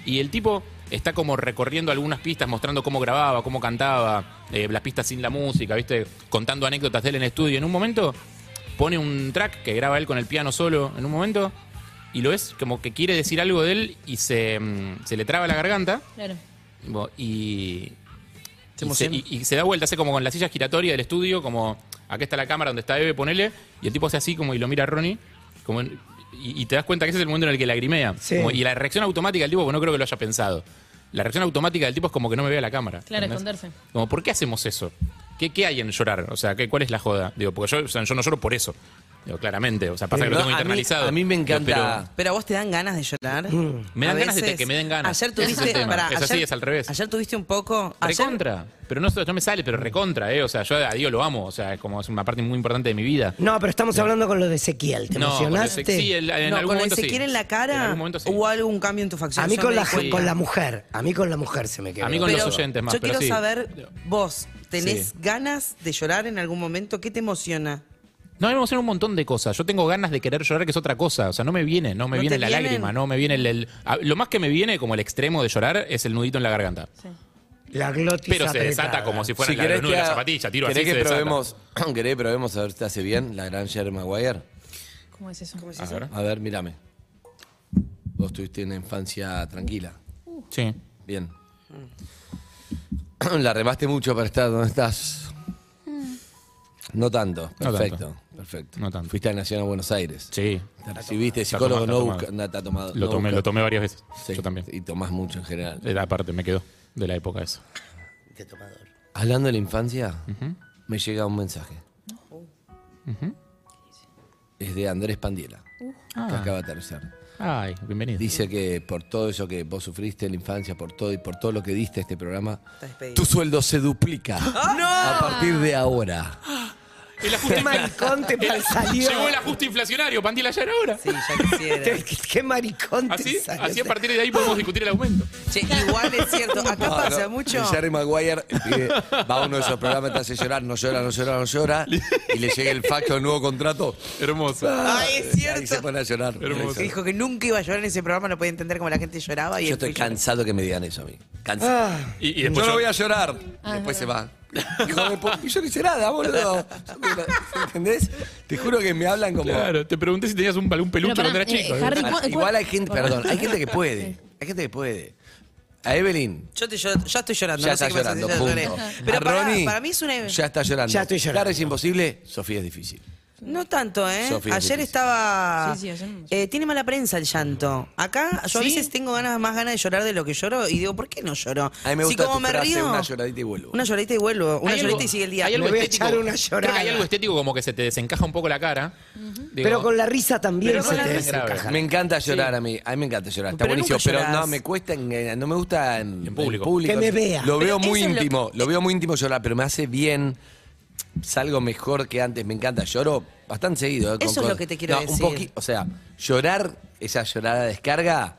S8: Y el tipo está como recorriendo algunas pistas, mostrando cómo grababa, cómo cantaba, eh, las pistas sin la música, ¿viste? Contando anécdotas de él en el estudio. Y en un momento pone un track que graba él con el piano solo, en un momento, y lo es como que quiere decir algo de él y se, mm, se le traba la garganta.
S7: Claro.
S8: Bo- Y
S6: Se
S8: y se,
S6: emociona.
S8: y- y se da vuelta, hace como con la silla giratoria del estudio, como acá está la cámara donde está Eve, ponele, y el tipo hace así como y lo mira a Ronnie, como en- y, y te das cuenta que ese es el momento en el que lagrimea.
S10: Sí.
S8: Como- y la reacción automática del tipo, porque no creo que lo haya pensado. La reacción automática del tipo es como que no me vea la cámara.
S7: Claro,
S8: ¿entendés?
S7: esconderse.
S8: Como, ¿por qué hacemos eso? ¿Qué, qué hay en llorar? O sea, ¿qué, ¿cuál es la joda? Digo, porque yo, o sea, yo no lloro por eso. Digo, claramente. O sea, pasa
S5: Pero
S8: que
S5: Eh,
S8: lo
S5: no,
S8: tengo
S5: a mí-
S8: internalizado.
S5: a mí me
S8: Digo, pero-
S5: encanta.
S6: Pero a vos te dan ganas de llorar.
S5: Mm.
S8: Me dan
S6: A
S8: ganas de
S6: veces-
S8: que me den ganas.
S6: Ayer
S8: Ese es el
S6: tuviste.
S8: tema.
S6: pará,
S8: Es
S6: ayer-
S8: así, es al revés.
S6: Ayer tuviste un poco. ayer-
S8: Recontra. Pero no, no me sale, pero recontra, ¿eh? O sea, yo a Dios lo amo. O sea, es como es una parte muy importante de mi vida.
S10: No, pero estamos hablando con lo de Ezequiel. ¿Te
S8: No, con lo de
S10: emocionaste?
S8: Ezequiel, sí, el- en
S6: no,
S8: algún
S6: con
S8: momento
S6: el
S8: sí.
S6: Ezequiel en la
S8: En
S6: cara
S8: algún momento sí.
S6: hubo algún cambio en tu facción.
S10: A mí
S6: yo
S10: con
S6: me
S10: la,
S6: di cuenta.
S10: con la mujer, a mí con la mujer se me quedó.
S8: A mí con
S6: Pero
S8: los oyentes más,
S6: Yo
S8: pero
S6: quiero
S8: sí.
S6: saber, vos, ¿tenés
S8: Sí.
S6: ganas de llorar en algún momento? ¿Qué te emociona?
S8: No, me emocionan un montón de cosas. Yo tengo ganas de querer llorar, que es otra cosa. O sea, no me viene, no me
S6: ¿No
S8: viene
S6: te
S8: la
S6: vienen?
S8: lágrima, no me viene el, el- a- Lo más que me viene, como el extremo de llorar, es el nudito en la garganta.
S10: La glotis
S8: Pero se desata
S10: apretada.
S8: como si fuera
S5: Si
S8: la
S5: querés
S8: nudo de la
S5: ha-
S8: zapatilla, tiro así,
S5: ¿querés
S8: se
S5: que
S8: desata.
S5: probemos, ¿Querés que probemos a ver si te hace bien la gran Jerry Maguire?
S7: ¿Cómo es eso?
S8: A ver.
S5: A ver, mírame. Vos tuviste una infancia tranquila.
S8: Sí.
S5: Bien. La remaste mucho para estar donde estás. No tanto.
S8: Mm. No
S5: Perfecto.
S8: tanto.
S5: Perfecto.
S8: No tanto.
S5: Fuiste a Nacional Buenos Aires.
S8: Sí.
S5: Te recibiste
S8: Está
S5: psicólogo,
S8: tomado,
S5: no
S8: está
S5: busca.
S8: tomado.
S5: No, está tomado.
S8: Lo
S5: no
S8: tomé,
S5: busca-
S8: lo tomé varias veces.
S5: Sí,
S8: Yo también.
S5: Y tomás mucho en general.
S8: Eh, Aparte, me quedó de la época esa.
S10: De tomador.
S5: Hablando de la infancia, me llega un mensaje. Es de Andrés Pandiela,
S6: Uh.
S8: Ah.
S5: que acaba de aterrizar.
S8: Ay, bienvenido.
S5: Dice que por todo eso que vos sufriste en la infancia, por todo y por todo lo que diste a este programa,
S6: Está ¡Ah! despedido.
S5: tu sueldo se duplica a partir de ahora.
S8: El ajuste
S10: Qué maricón te
S8: el-
S10: salió.
S8: Llegó el ajuste inflacionario, Pandila ayer ahora.
S6: Sí, ya quisiera.
S10: Qué- Qué maricón te
S8: Así,
S10: salió.
S8: así a partir de ahí podemos discutir el aumento.
S6: Che, igual es cierto, acá
S5: No,
S6: pasa
S5: no.
S6: mucho.
S5: Y Jerry Maguire el pibe, va a uno de esos programas, te hace llorar, no llora, no llora, no llora, y le llega el fax con nuevo contrato.
S8: Hermoso.
S10: Ah.
S6: Ay, es
S5: Y se
S6: cierto.
S5: pone a llorar.
S8: Hermoso.
S6: Que dijo que nunca iba a llorar en ese programa, no podía entender cómo la gente lloraba.
S5: Yo
S6: Y Ah. él
S5: estoy
S6: fue llorar.
S5: cansado que me digan eso a mí. Cansado.
S8: Y, y después
S5: yo no
S8: yo-
S5: voy a llorar.
S6: Ah,
S5: después se va. Hijo de pu- y yo no hice nada, boludo. Yo no- ¿Entendés? Te juro que me hablan como.
S8: Claro, te pregunté si tenías un, algún peluche
S7: Pero
S8: cuando
S7: pará,
S8: eras chico.
S7: eh, Harry,
S5: Ah,
S7: ¿cu- cu-
S5: Igual hay gente, perdón, hay gente que puede. Hay gente que puede. A Evelyn.
S6: Yo, te llor- ya estoy llorando.
S5: Ya
S6: no sé
S5: está
S6: qué pasa,
S5: llorando,
S6: ya lloré.
S5: punto.
S6: Pero
S5: A
S6: pará,
S5: Ronnie,
S6: para mí es una.
S5: Ya está llorando.
S10: Ya estoy llorando.
S5: Clara es imposible, Sofía es difícil.
S6: No tanto, ¿eh?
S5: Sofía,
S6: ayer
S5: sí.
S6: estaba.
S7: Sí, sí, ayer no.
S6: Eh, tiene mala prensa el llanto. Acá yo a
S7: ¿Sí?
S6: veces tengo ganas más ganas de llorar de lo que lloro y digo, ¿por qué no lloro?
S5: A mí me
S6: si
S5: gusta
S6: como
S5: tu
S6: me
S5: frase,
S6: río.
S5: una lloradita y vuelvo.
S6: Una lloradita y vuelvo. Una
S8: Hay algo-
S6: lloradita y sigue el día.
S8: hay algo
S10: Me voy a
S8: estético-
S10: echar una
S8: Creo que hay
S10: llorada.
S8: algo estético como que se te desencaja un poco la cara. Digo,
S10: Pero con la risa también
S8: Pero no
S10: se
S8: la
S10: te
S8: risa grave.
S10: desencaja.
S5: Me encanta llorar a mí, a mí me encanta llorar, está
S6: Pero nunca
S5: buenísimo, pero
S6: llorás.
S5: no, me cuesta, en- eh, no me gusta en, en
S8: público.
S10: Que me vea.
S5: Lo
S6: Pero
S5: veo muy
S6: eso es lo
S5: íntimo, lo, veo muy íntimo llorar, pero me hace bien, salgo mejor que antes, me encanta, lloro bastante seguido. eh,
S6: Eso es lo que te quiero
S5: un
S6: decir.
S5: poqui- o sea, llorar, esa llorada de descarga,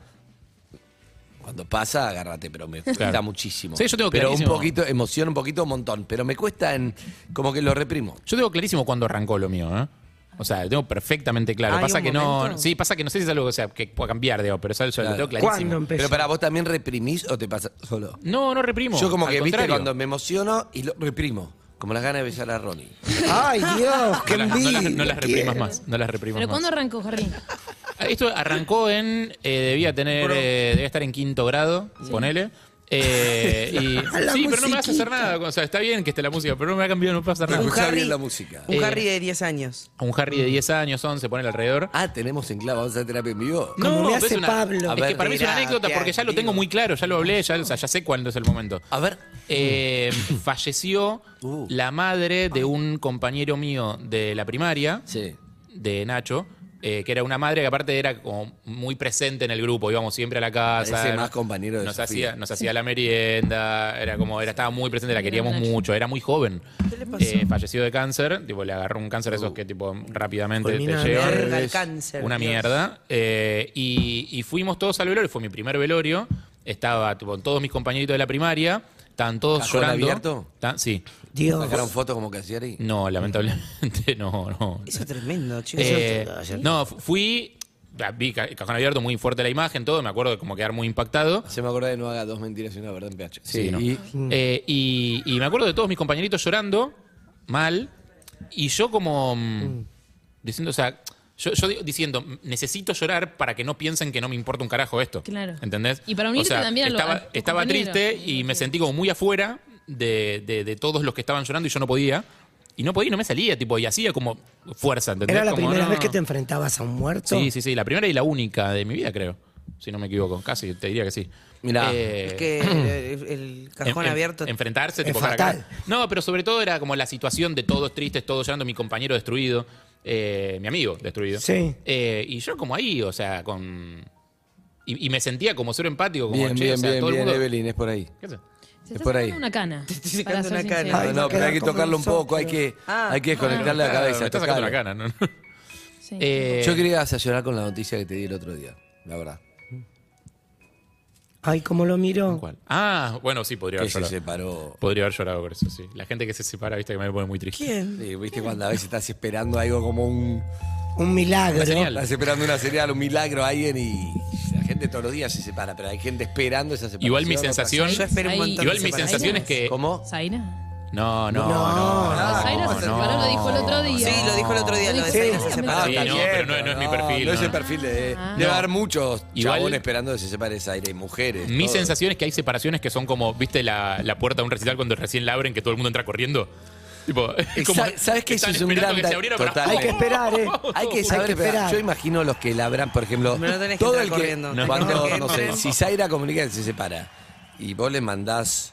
S5: cuando pasa, agárrate, pero me cuesta
S8: Claro.
S5: muchísimo.
S8: Sí, yo tengo
S5: pero un
S8: clarísimo.
S5: poquito, emoción un poquito, un montón, pero me cuesta en, como que lo reprimo.
S8: Yo tengo clarísimo cuando arrancó lo mío, ¿eh? O sea, lo tengo perfectamente claro.
S6: ¿Hay
S8: Pasa
S6: un
S8: que
S6: momento?
S8: no. Sí, pasa que no sé si es algo o sea, que pueda cambiar, digo, pero eso lo tengo
S10: ¿Cuándo
S8: clarísimo.
S10: empezó?
S5: Pero para vos también reprimís o te pasa solo.
S8: No, no reprimo.
S5: Yo como
S8: Al
S5: que, viste,
S8: contrario.
S5: cuando me emociono y lo reprimo. Como las ganas de besar a Ronnie.
S10: Ay, Dios, qué
S8: No las, no
S10: envidia.
S8: las- no las reprimas más. No las reprimas
S7: ¿Pero
S8: más. Ah,
S7: cuándo arrancó, Harry?
S8: Esto arrancó en. eh, debía tener. eh, debía estar en quinto grado, ponele. Eh, y-
S10: La
S8: sí, pero no me vas a hacer
S10: musiquita.
S8: nada. O sea, está bien que esté la música, pero no me va a cambiar, no me va a hacer nada.
S5: Escuchá bien la música.
S6: Un
S8: Eh,
S6: Harry de 10 años.
S8: Un Harry de 10 años, 11, ponele alrededor.
S5: Ah, tenemos en clavo, vamos a hacer terapia en vivo.
S10: Como me
S8: pero
S10: hace
S8: es una-
S10: Pablo.
S5: A
S8: Es que
S5: ver,
S8: para mí es una
S6: terapia,
S8: anécdota porque ya lo
S6: digo.
S8: tengo muy claro, ya lo hablé, ya, o sea, ya sé cuándo es el momento.
S5: A ver.
S8: Eh, falleció
S5: Uh.
S8: la madre de un compañero mío de la primaria,
S5: Sí.
S8: de Nacho, eh, que era una madre que aparte era como muy presente en el grupo, íbamos siempre a la casa.
S5: Parece
S8: era-
S5: más compañero de
S8: nos
S5: Sofía.
S8: hacía, nos hacía la merienda, era como, era, estaba muy presente, la queríamos
S7: Nacho.
S8: mucho, era muy joven.
S6: ¿Qué le pasó?
S8: Eh, falleció de cáncer, tipo, le agarró un cáncer de
S5: Uh.
S8: esos que tipo rápidamente te
S10: Fulminante.
S8: llevan.
S6: Verga, el
S5: es
S6: cáncer.
S8: Una
S6: Dios.
S8: mierda. Eh, y, y fuimos todos al velorio, fue mi primer velorio. Estaba tipo, todos mis compañeritos de la primaria, estaban todos
S5: ¿Cajón
S8: llorando.
S5: abierto?
S8: Ta- sí.
S10: Dios.
S5: ¿Sacaron fotos como Cassiari?
S8: No, lamentablemente no, no.
S6: Eso es tremendo, chicos.
S8: Eh,
S6: Eso- ayer-
S8: no, fu- fui, ah, vi ca- cajón abierto, muy fuerte la imagen, todo, me acuerdo de como quedar muy impactado.
S5: Se me acordé de no haga dos mentiras y una verdad en PH.
S8: Sí, ¿no?
S5: y-
S10: Mm.
S8: Eh, y, y me acuerdo de todos mis compañeritos llorando, mal, y yo como mm, diciendo, o sea, yo, yo di- diciendo, necesito llorar para que no piensen que no me importa un carajo esto.
S7: Claro.
S8: ¿Entendés?
S7: Y para unirte
S8: O sea,
S7: también a lo-
S8: Estaba,
S7: a tus
S8: estaba
S7: compañeros.
S8: triste y me sentí como muy afuera de, de- de todos los que estaban llorando y yo no podía. Y no podía y no me salía, tipo, y hacía como fuerza, ¿entendés?
S10: ¿Era la
S8: Como,
S10: primera
S8: no,
S10: vez que
S8: no.
S10: te enfrentabas a un muerto?
S8: Sí, sí, sí, la primera y la única de mi vida, creo. Si no me equivoco, casi te diría que sí.
S5: Mirá.
S8: Eh,
S6: Es que el, el cajón
S8: en- en-
S6: abierto.
S8: Enfrentarse
S10: Es
S8: tipo, cara a
S10: fatal.
S8: cara. No, pero sobre todo era como la situación de todos tristes, todos llorando, mi compañero destruido. eh, mi amigo destruido.
S10: Sí.
S8: Eh, y yo como ahí, o sea, con... Y, y me sentía como cero empático, como
S5: Bien,
S8: che,
S5: bien,
S8: o sea,
S5: bien,
S8: todo el
S5: bien,
S8: mundo...
S5: Evelyn, es por ahí.
S8: ¿Qué haces?
S7: Se
S5: Es
S7: está
S5: por ahí.
S7: sacando una cana. Te
S6: estoy sacando una cana.
S5: No, no, pero hay que tocarlo un poco, hay que,
S6: Ah,
S5: hay que desconectarle la
S8: Claro,
S5: cabeza.
S8: me está sacando la
S5: tocarlo.
S8: cana, ¿no?
S7: Sí.
S8: Eh,
S5: Yo quería hacer llorar con la noticia que te di el otro día, la verdad.
S10: Ay, cómo lo miro.
S8: ¿Cuál? Ah, bueno, sí, podría
S5: Que
S8: haber
S5: se
S8: llorado.
S5: separó.
S8: Podría haber llorado por eso, sí. La gente que se separa, viste que me pone muy triste.
S6: ¿Quién?
S5: Sí, viste cuando a veces estás esperando algo como un.
S10: Un milagro.
S8: señal.
S5: Estás esperando una señal, un milagro a alguien y la gente todos los días se separa, pero hay gente esperando esa separación.
S8: Igual mi
S5: otra
S8: sensación...
S6: Yo espero un
S7: Ahí-
S6: montón
S8: Igual
S6: de
S8: mi
S6: separaciones.
S8: sensación es que...
S5: ¿Cómo?
S7: ¿Zaina?
S8: No, no, no.
S10: No,
S7: Zaina se
S8: no,
S7: separó, lo dijo el otro día.
S6: Ah, Sí, lo dijo el otro día, lo de
S7: Sí.
S6: Zaina se separó.
S5: Ah,
S8: Sí,
S5: está
S8: no,
S5: bien,
S8: pero no- no es mi perfil,
S5: No, es
S8: no.
S5: el perfil de.
S7: Ah.
S5: Debe haber muchos
S8: Igual-
S5: chabones esperando que se separe esa aire y mujeres.
S8: Mi
S5: todo.
S8: sensación es que hay separaciones que son como, viste, la, la puerta de un recital cuando recién la abren, que todo el mundo entra corriendo. Tipo,
S5: Y
S8: es como,
S5: sa- ¿Sabes que eso
S8: están
S5: es un gran
S8: esperando que
S5: da-
S8: se abriera para-
S5: total.
S10: Hay que esperar, ¿eh?
S5: Hay que saber
S10: que
S5: esperar.
S10: esperar.
S5: Yo imagino los que la habrán, por ejemplo,
S6: Me lo tenés que
S5: todo
S6: estar
S5: el que
S6: corriendo. No.
S5: cuando,
S6: Tenés que
S5: no sé,
S6: correr.
S5: si Zaira comunica que se separa y vos le mandás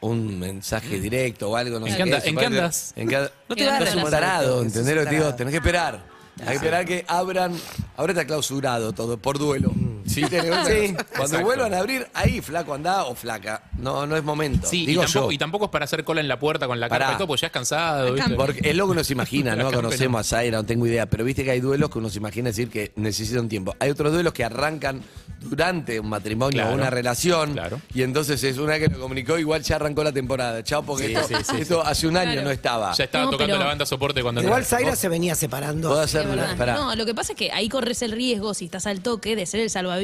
S5: un mensaje directo o algo, no
S8: ¿En
S5: sé
S8: qué anda-
S5: qué,
S8: en
S5: suponete-
S8: qué andas?
S5: en qué- no te
S7: ¿En
S5: vas
S7: qué
S5: a un
S7: andas?
S5: tarado,
S6: Sos un
S5: ¿entendés lo que te digo?
S6: tarado.
S5: Tenés que esperar. Hay que esperar que abran. Ahora está clausurado todo, por duelo. Sí, Cuando
S8: Exacto.
S5: vuelvan a abrir, ahí flaco andá o flaca. No, no es momento.
S8: Sí,
S5: Digo
S8: y, tampoco,
S5: yo.
S8: y tampoco es para hacer cola en la puerta con la
S5: Pará.
S8: carpa y todo, porque ya es cansado. ¿viste?
S5: Porque es lo que uno se imagina, ¿no?
S8: La campeona.
S5: Conocemos a Zaira, no tengo idea, pero viste que hay duelos que uno se imagina decir que necesitan tiempo. Hay otros duelos que arrancan durante un matrimonio o
S8: Claro.
S5: una relación.
S8: Claro.
S5: Y entonces es una que lo comunicó, igual ya arrancó la temporada. Chao, porque
S8: Sí,
S5: esto,
S8: sí, sí,
S5: esto hace un año no estaba.
S8: Ya estaba
S7: No,
S8: tocando
S7: pero-
S8: la banda soporte cuando
S10: Igual
S8: entraste.
S10: Zaira se venía separando.
S5: Puedo hacer
S7: Es
S5: una-
S7: verdad.
S5: pará.
S7: No, lo que pasa es que ahí corres el riesgo si estás al toque de ser el salvavidas.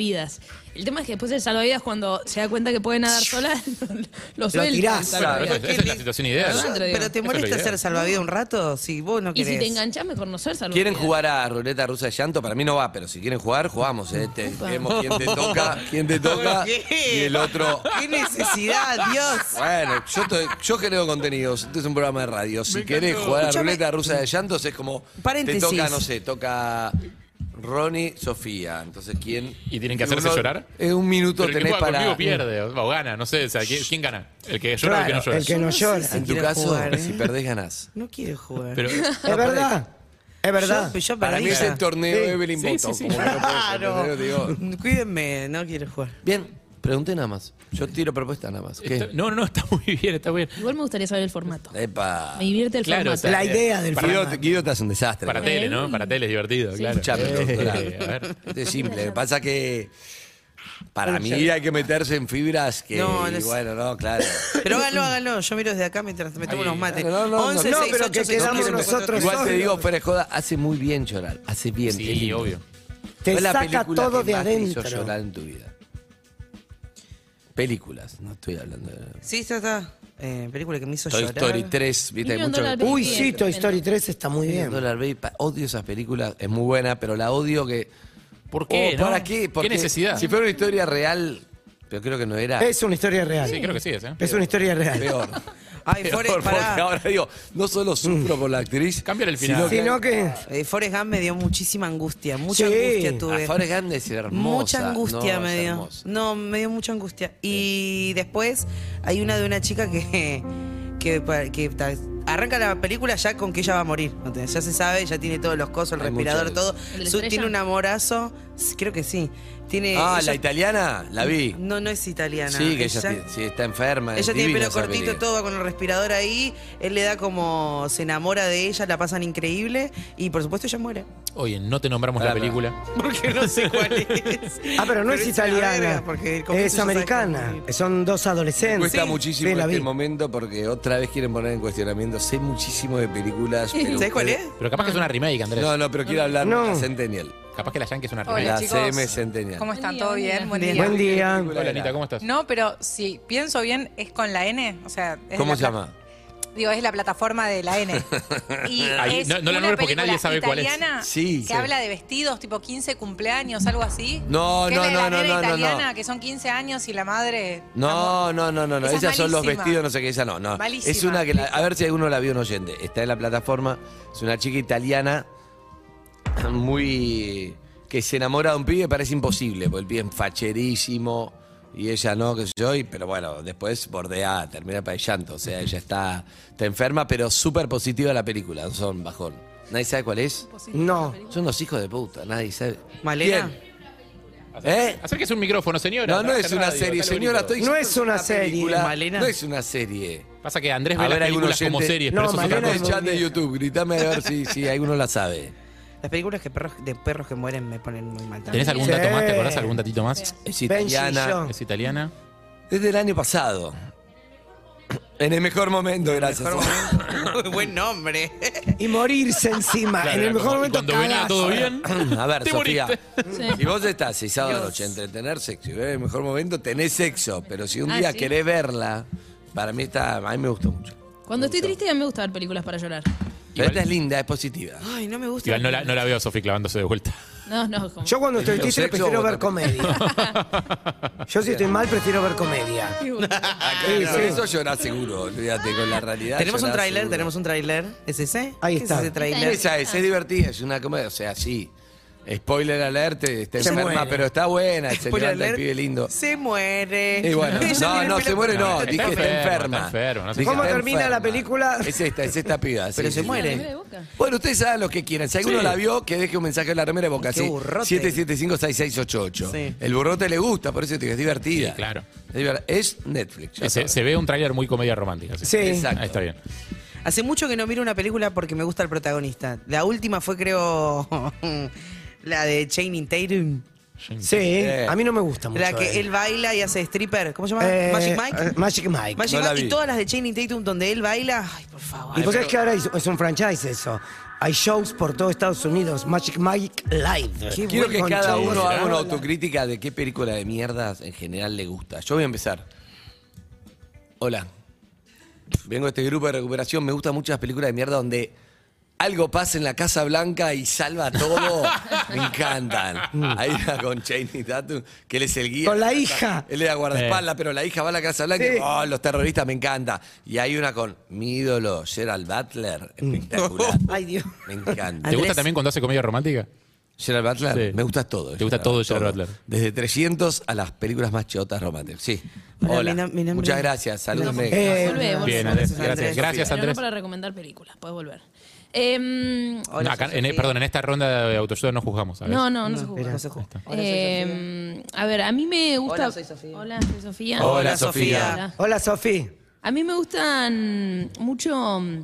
S7: El tema es que después el salvavidas cuando se da cuenta que puede nadar sola, lo suelta.
S10: tirás,
S7: el
S8: Claro,
S7: salvavidas.
S8: esa, esa es la situación ideal.
S7: Perdón, te digo.
S6: Pero te
S8: Eso es lo
S6: molesta
S8: ideal.
S6: ser salvavidas un rato si vos no
S7: Y
S6: querés.
S7: si te enganchás, mejor no ser salvavidas.
S5: ¿Quieren jugar a ruleta rusa de llanto? Para mí no va, pero si quieren jugar, jugamos. ¿eh? Te- vemos quién te toca, quién te toca
S6: ¿Por qué?
S5: y el otro.
S6: ¡Qué necesidad, Dios!
S5: Bueno, yo, te- yo creo contenidos. Este es un programa de radio. Si querés jugar a
S6: Escuchame.
S5: ruleta rusa de llantos, es como.
S6: Paréntesis.
S5: Te toca, no sé, toca Ronnie, Sofía. Entonces, ¿quién.
S8: ¿Y tienen que hacerse llorar?
S5: Es un minuto
S8: Pero el que
S5: tenés
S8: juega
S5: para.
S8: conmigo pierde, o, o gana, no sé, o sea, ¿quién, quién gana? ¿El que llora o el que no
S10: Claro,
S8: llora?
S10: el que no llora.
S5: En tu
S6: Quiero
S5: caso, pues,
S6: jugar, ¿eh?
S5: si perdés, ganás.
S6: No quiero jugar.
S8: Pero,
S10: Es verdad. Es verdad.
S6: Yo, yo
S5: Para mí
S6: perdí
S5: es
S6: ya.
S5: el torneo
S10: Sí.
S5: Evelyn
S8: Sí,
S5: Botto,
S8: sí, sí.
S5: como que no puedo
S6: Claro.
S5: sorprender, digo.
S6: Cuídenme, no quiero jugar.
S5: Bien, pregunté nada más. Yo tiro propuesta nada más.
S8: está-
S5: ¿Qué?
S8: no, no, está muy bien, está muy bien.
S7: Igual me gustaría saber el formato.
S5: Eh, Epa.
S7: Me divierte el
S8: Claro, o
S7: formato.
S8: sea,
S10: La idea del
S5: Guido,
S10: programa.
S5: Guido te hace un desastre.
S8: Para
S5: ¿no?
S8: tele, ¿no? Para tele es divertido, claro.
S5: Escuchame, doctora.
S8: Eh, a ver.
S5: Esto es simple. Pasa que para mí hay que meterse en fibras que.
S6: No, no
S5: y
S6: es-
S5: bueno, no, claro.
S6: Pero háganlo, háganlo. Yo miro desde acá mientras me tomo unos mates.
S5: No, no, no,
S10: no, pero que quedamos nosotros
S5: Igual te
S10: solos.
S5: digo, fuera de joda, hace muy bien llorar. Hace bien. es
S8: Sí,
S5: lindo.
S8: obvio.
S10: Te
S5: Fue la
S10: saca
S5: película
S10: todo
S5: que
S10: de
S5: más te hizo
S10: adentro.
S5: llorar en tu vida. Películas, no estoy hablando de.
S6: Sí, está, está. Eh, película que me hizo
S5: Toy
S6: llorar.
S5: Story 3, viste, hay
S7: Million
S5: mucho.
S7: Dollar Baby.
S10: Uy,
S7: Bien,
S10: sí, Toy
S7: tremendo.
S10: Story 3 está muy
S5: Million
S10: bien.
S5: Dollar Baby, pa- odio esas películas, es muy buena, pero la odio que.
S8: ¿Por qué?
S5: Oh,
S8: no?
S5: ¿Para qué? Porque
S8: ¿Qué necesidad?
S5: Si fuera una historia real, pero creo que no era.
S10: Es una historia real.
S8: Sí, creo que sí es, ¿eh?
S10: Es una historia real.
S5: peor.
S6: Ay,
S5: Peor,
S6: Forrest,
S5: porque
S6: pará.
S5: ahora digo, no solo sufro por la actriz.
S8: Cambiar el final.
S10: Sino que
S6: Eh, Forrest Gump me dio muchísima angustia. Mucha
S10: Sí.
S6: angustia
S5: A
S6: tuve.
S5: Forrest Gump es hermosa.
S6: Mucha angustia
S5: no, es
S6: me dio.
S5: hermosa.
S6: No, me dio mucha angustia. Y después hay una de una chica que, que, pa- que ta- arranca la película ya con que ella va a morir. ¿no entendés? Ya se sabe, ya tiene todos los cosos, el
S5: Hay
S6: respirador,
S5: muchas
S6: todo.
S7: ¿El de la
S6: Su-
S7: estrella?
S6: tiene un amorazo, s- creo que sí. Tiene,
S5: Ah,
S6: eh, ella-
S5: la italiana, la vi.
S6: No, no es italiana.
S5: sí, que ella, tiene- sí, está enferma. es
S6: Ella tiene
S5: divina
S6: pelo
S5: esa
S6: cortito,
S5: película.
S6: todo va con el respirador ahí. Él le da como. se enamora de ella, la pasan increíble. Y por supuesto ella muere.
S8: Oye, no te nombramos
S5: Pará,
S8: la
S5: pará.
S8: película.
S6: Porque no sé cuál es.
S10: Ah, pero no es
S6: una
S10: italiana.
S6: verga, porque el conflicto
S10: es
S6: ya sabes
S10: americana.
S6: cómo es.
S10: Son dos adolescentes.
S5: Cuesta
S10: Sí,
S5: muchísimo
S10: la
S5: este
S10: vi.
S5: momento porque otra vez quieren poner en cuestionamiento. Sé muchísimo de películas. pero
S6: ¿Sabes cuál es?
S8: Pero capaz que es una remake, Andrés.
S5: No, no, pero quiero hablar
S10: No.
S5: de la Centennial.
S8: Capaz que la Yankee es una remake.
S5: la
S12: Hola, chicos.
S5: CM Centennial.
S12: ¿Cómo están?
S7: Buen día,
S12: ¿Todo
S7: buen
S12: bien?
S7: día.
S12: Buen
S6: Bien.
S12: día.
S10: Buen día.
S5: Hola, Anita,
S8: Hola, Anita, ¿cómo estás?
S12: No, pero si pienso bien, es con la N. O sea, es
S5: ¿Cómo
S12: la
S5: se
S12: pla-
S5: llama?
S12: Digo, es la plataforma de la N. Y
S8: Ahí,
S12: es
S8: no- no la
S12: una
S8: nombres porque
S12: película
S8: nadie sabe cuál es.
S12: italiana
S5: Sí,
S12: que
S5: sí.
S12: habla de vestidos, tipo 15 cumpleaños, algo así.
S5: No,
S12: que es
S5: no,
S12: la de la
S5: no, no,
S12: nena
S5: no, no, no.
S12: italiana, que son 15 años y la madre...
S5: No, no, no, no, no.
S12: Esa es
S5: Esas son los
S12: malísima.
S5: vestidos, no sé qué, esa no, no.
S12: Malísima.
S5: Es una que la- a ver si alguno la vio un oyente. Está en la plataforma, es una chica italiana muy que se enamora de un pibe, parece imposible, porque el pibe es facherísimo y ella no, qué sé yo, y- pero bueno, después bordea, termina para el llanto, o sea, ella está, está enferma, pero súper positiva la película, son bajón. ¿Nadie sabe cuál es?
S10: No.
S5: Son los hijos de puta, nadie sabe.
S6: ¿Malena?
S5: ¿Eh?
S8: Acérquese un micrófono, señora.
S5: No, no es una serie, señora. Estoy
S10: No es una serie.
S5: película.
S10: Malena.
S5: No es una serie.
S8: Pasa que Andrés
S5: A
S8: ve las
S5: ver, algún
S8: películas como
S5: oyente-
S8: series,
S5: No,
S8: pero eso es otra
S5: Malena
S8: cosa.
S5: el chat de YouTube. Gritame a ver si, si alguno la sabe.
S6: Las películas que perros, de perros que mueren me ponen muy mal.
S8: ¿Tenés algún dato más? ¿Te acordás algún datito más?
S5: Es italiana.
S8: Es italiana.
S5: Es del año pasado. En el mejor momento, gracias.
S6: Muy buen nombre.
S10: Y morirse encima.
S5: Claro,
S10: en el
S5: era
S10: mejor
S5: como-
S10: momento.
S5: cuando venía
S10: cagás.
S5: todo bien. A ver,
S8: Te
S5: Sofía.
S7: Sí.
S5: Si vos estás seis sábados a la noche a entretener sexo y ver el mejor momento, tenés sexo. Pero si un
S7: Ah,
S5: día
S7: sí.
S5: querés verla, para mí está. A mí me gustó mucho.
S7: Cuando estoy triste a mí me gusta ver películas para llorar.
S5: Pero esta es linda, es positiva.
S6: Ay, no me gusta.
S8: Igual no la, no la veo a Sofi clavándose de vuelta.
S7: No, no, como...
S10: Yo cuando estoy
S5: ¿Pero
S10: triste
S5: sexo
S10: prefiero
S5: o
S10: ver
S5: otra
S10: comedia. Yo si estoy mal prefiero ver comedia.
S5: Pero Eso llorás seguro, olvídate, con la realidad.
S6: Tenemos un
S5: llorás
S6: tráiler,
S5: seguro.
S6: tenemos un tráiler. ¿Es ese?
S10: Ahí
S6: ¿Qué
S10: está.
S6: Es ese tráiler?
S5: Esa es, es divertida, es una comedia, o sea, sí. Spoiler alert, está
S10: Se
S5: enferma,
S10: muere.
S5: pero está buena, se
S6: Spoiler
S5: levanta el
S6: alert.
S5: pibe lindo.
S6: Se muere.
S5: Y bueno,
S6: Ella
S5: no,
S6: tiene
S5: no,
S6: el
S5: se
S6: pelo
S5: muere, no,
S8: Está
S5: dije está
S8: enfermo,
S5: enferma.
S8: está enfermo, no sé
S5: Dije,
S10: ¿Cómo
S5: está
S10: termina la película?
S5: Es esta, es esta piba. sí,
S6: Pero se
S5: sí,
S6: muere.
S5: sí.
S7: Mira, de boca.
S5: Bueno, ustedes saben lo que quieran. Si alguno la vio, que deje un mensaje en la remera de boca.
S6: Qué
S5: ¿sí?
S6: burrote.
S5: 775-6688.
S6: Sí.
S5: El burrote le gusta, por eso te digo, es divertida.
S8: Sí, claro.
S5: Es, divertida. Es Netflix. ya
S8: Se,
S5: saben.
S8: se ve un tráiler muy comedia romántica.
S10: Sí.
S5: Exacto.
S8: Ahí está bien.
S6: Hace mucho que no miro una película porque me gusta el protagonista. La última fue, creo, la de Channing Tatum.
S10: Sí, a mí no me gusta mucho.
S6: La que él baila y hace stripper. ¿Cómo se llama?
S10: Eh,
S6: Magic Mike.
S10: eh, Magic Mike.
S6: Magic
S5: No la
S6: Mike
S5: vi.
S6: y todas las de Channing Tatum donde él baila. Ay, por favor.
S10: Y vos sabés que ahora es es un franchise eso. Hay shows por todo Estados Unidos. Magic Mike Live.
S6: Qué
S5: Quiero que
S10: Con
S5: cada
S10: shows.
S5: uno haga una autocrítica de qué película de mierdas en general le gusta. Yo voy a empezar. Hola. Vengo de este grupo de recuperación. Me gustan muchas películas de mierda donde algo pasa en la Casa Blanca y salva todo. Me encantan. Hay una con Chaney Tatum, que él es el guía.
S10: Con la hija.
S5: Él era guardaespaldas, pero la hija va a la Casa Blanca y,
S10: Sí.
S5: oh, los terroristas me encanta. Y hay una con mi ídolo, Gerald Butler. Espectacular.
S10: Mm. Ay, Dios.
S5: Me encanta.
S8: ¿Te
S6: Andrés.
S8: gusta también cuando hace comedia romántica?
S5: Gerard Butler,
S8: Sí.
S5: me gusta todo.
S8: Te gusta todo de Gerard Butler.
S5: Desde 300 a las películas más chotas románticas. Sí.
S6: Hola,
S5: Hola.
S6: mi nom- mi nombre-
S5: Muchas gracias. Salúdame.
S10: Eh,
S7: Volvé, volvé.
S8: Bien, Andrés.
S6: Gracias,
S8: Gracias,
S6: Andrés.
S8: gracias
S7: Pero no
S8: Andrés.
S7: para recomendar películas, puedes volver. Em,
S6: Hola,
S8: No, acá-
S6: soy
S8: en-
S6: Sofía.
S8: perdón, en esta ronda de autoayuda no juzgamos. ¿sabes?
S7: no, no, no se juzga.
S6: No se juzga. Hola, soy Sofía.
S7: Em, a ver, a mí me gusta.
S6: Hola, soy Sofía.
S7: Hola, soy Sofía.
S5: Hola, Sofía.
S7: Hola.
S10: Hola, Sofi.
S7: A mí me gustan mucho, mm,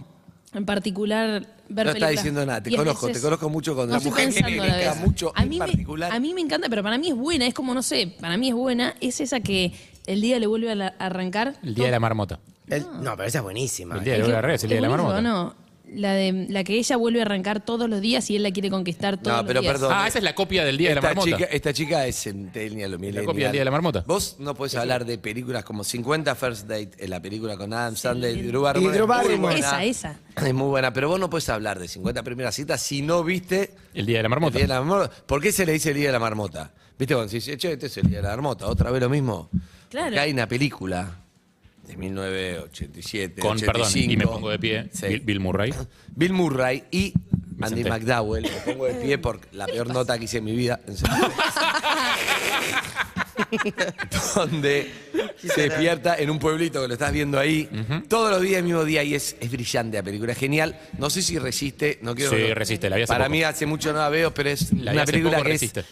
S7: en particular, ver
S5: No está
S7: películas.
S5: diciendo nada, te
S7: Y a
S5: conozco, te conozco mucho cuando
S7: no
S5: la
S7: estoy
S5: mujer
S7: pensando a la
S5: genérica,
S7: vez.
S5: mucho
S7: a
S5: en
S7: mí me-
S5: particular.
S7: a mí me encanta, pero para mí es buena, es como, no sé, para mí es buena, es esa que el día le vuelve a la- a arrancar.
S8: El día de la marmota.
S10: El- no, pero esa es buenísima.
S8: El día de
S7: Es
S8: la
S7: que-
S8: Lola Reyes, el
S7: es
S8: día de la
S7: buenísimo,
S8: marmota.
S7: No, la, de, la que ella vuelve a arrancar todos los días y él la quiere conquistar todos
S5: No,
S7: los
S5: pero
S7: días.
S5: perdón.
S8: Ah, esa es la copia del día de la
S5: esta,
S8: marmota.
S5: chica, esta chica es centennial o millennial.
S8: copia del Día de la Marmota.
S5: Vos no podés hablar de películas como 50 First Date, en la película con Adam Sandler y Drew Barrymore.
S10: Y Drew
S5: es muy
S10: Barrymore.
S5: buena.
S7: Esa,
S5: Es muy buena, pero vos no podés hablar de 50 primeras citas si no viste
S8: El día de la marmota.
S5: El día de la marmota. ¿Por qué se le dice el día de la marmota? ¿Viste cuando se dice, che, este es el día de la marmota? Otra vez lo mismo.
S7: Claro.
S5: Acá hay una película de 1987.
S8: Con,
S5: 85,
S8: perdón, y me pongo de pie,
S5: Sí.
S8: Bill, Bill Murray.
S5: Bill Murray y Andy
S8: senté.
S5: McDowell. Me pongo de pie por la peor nota que hice en mi vida. En serio. Donde se despierta en un pueblito que lo estás viendo ahí todos los días, el mismo día, y es, es brillante la película, es genial. No sé si resiste, no quiero.
S8: Sí, Resiste, la vi hace
S5: Para
S8: poco.
S5: mí hace mucho no la veo, pero es
S8: La vi
S5: una
S8: hace
S5: película
S8: poco,
S5: que
S8: Resiste.
S5: es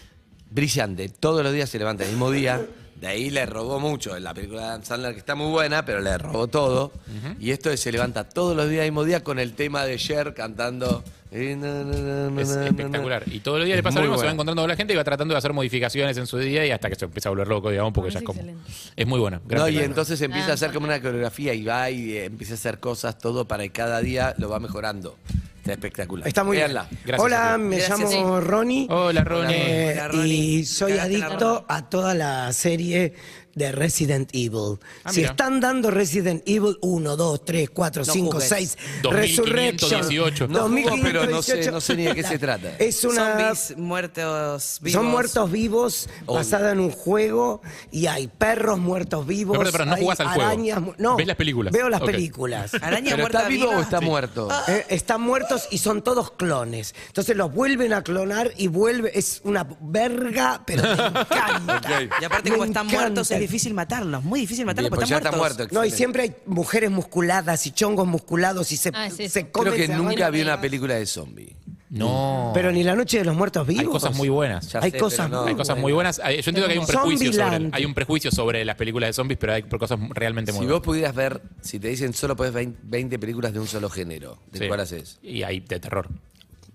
S5: brillante. Todos los días se levanta el mismo día. De ahí le robó mucho en la película de Adam Sandler, que está muy buena, pero le robó todo. Y esto es, se levanta todos los días el mismo día con el tema de Cher cantando. Es
S8: Es espectacular. Y todos los días le pasa lo mismo, se va encontrando con la gente y va tratando de hacer modificaciones en su día y hasta que se empieza a volver loco, digamos, porque
S7: Ah,
S8: ya es
S7: es
S8: como.
S7: excelente.
S8: Es muy buena. gran
S5: No, y
S8: película.
S5: entonces empieza a hacer como una coreografía y va y eh, empieza a hacer cosas, todo para que cada día lo va mejorando. Está espectacular.
S10: Está muy
S5: Véanla.
S10: bien.
S8: Gracias,
S10: Hola,
S8: Sofía.
S10: me
S6: Gracias,
S10: llamo Ronnie.
S8: Hola, Ronnie.
S10: Eh,
S6: Hola, Ronnie.
S10: y soy
S6: Cagaste la
S10: adicto
S6: Ronnie.
S10: a toda la serie de Resident Evil.
S8: Ah,
S10: si
S8: mira.
S10: están dando Resident Evil 1, 2, 3, 4, 5,
S6: juzgues.
S10: 6,
S8: 2518.
S10: Resurrection.
S5: No juzgo,
S10: 2518.
S5: pero no sé- no sé ni de qué se trata.
S10: Es una.
S6: Zombies muertos vivos.
S10: Son muertos vivos
S5: Obvio.
S10: basada en un juego y hay perros muertos vivos.
S8: Pero, pero, pero, no
S10: hay
S8: jugás al juego.
S10: arañas mu- no,
S8: ¿Ves las películas?
S10: Veo las
S8: Ok.
S10: películas.
S6: Araña
S5: ¿Pero
S6: muerta
S5: está vivo
S6: viva.
S5: o está muerto?
S10: Eh, están muertos y son todos clones. Entonces los vuelven a clonar y vuelve. Es una verga, pero me encanta.
S6: Y aparte,
S10: Me
S6: como están
S10: encanta.
S6: muertos, es difícil matarlos. Muy difícil
S5: Bien,
S6: matarlos porque
S5: pues ya está
S6: están muertos.
S5: muerto.
S10: No, y
S5: excelente.
S10: siempre hay mujeres musculadas y chongos musculados y se,
S7: Ah, es eso.
S10: se comen.
S5: Creo que
S10: se
S5: nunca
S10: arrancan.
S5: vi una película de zombie.
S8: No.
S10: Pero ni la noche de los muertos vivos.
S8: Hay cosas muy buenas.
S10: hay cosas muy
S8: Hay cosas muy buenas. Hay- Yo entiendo que hay un prejuicio sobre, hay un prejuicio sobre las películas de zombies, pero hay cosas realmente muy
S5: Si
S8: buenas.
S5: vos pudieras ver, si te dicen solo podés ver 20 películas de un solo género, ¿de
S8: Sí.
S5: cuál haces?
S8: Y hay de terror.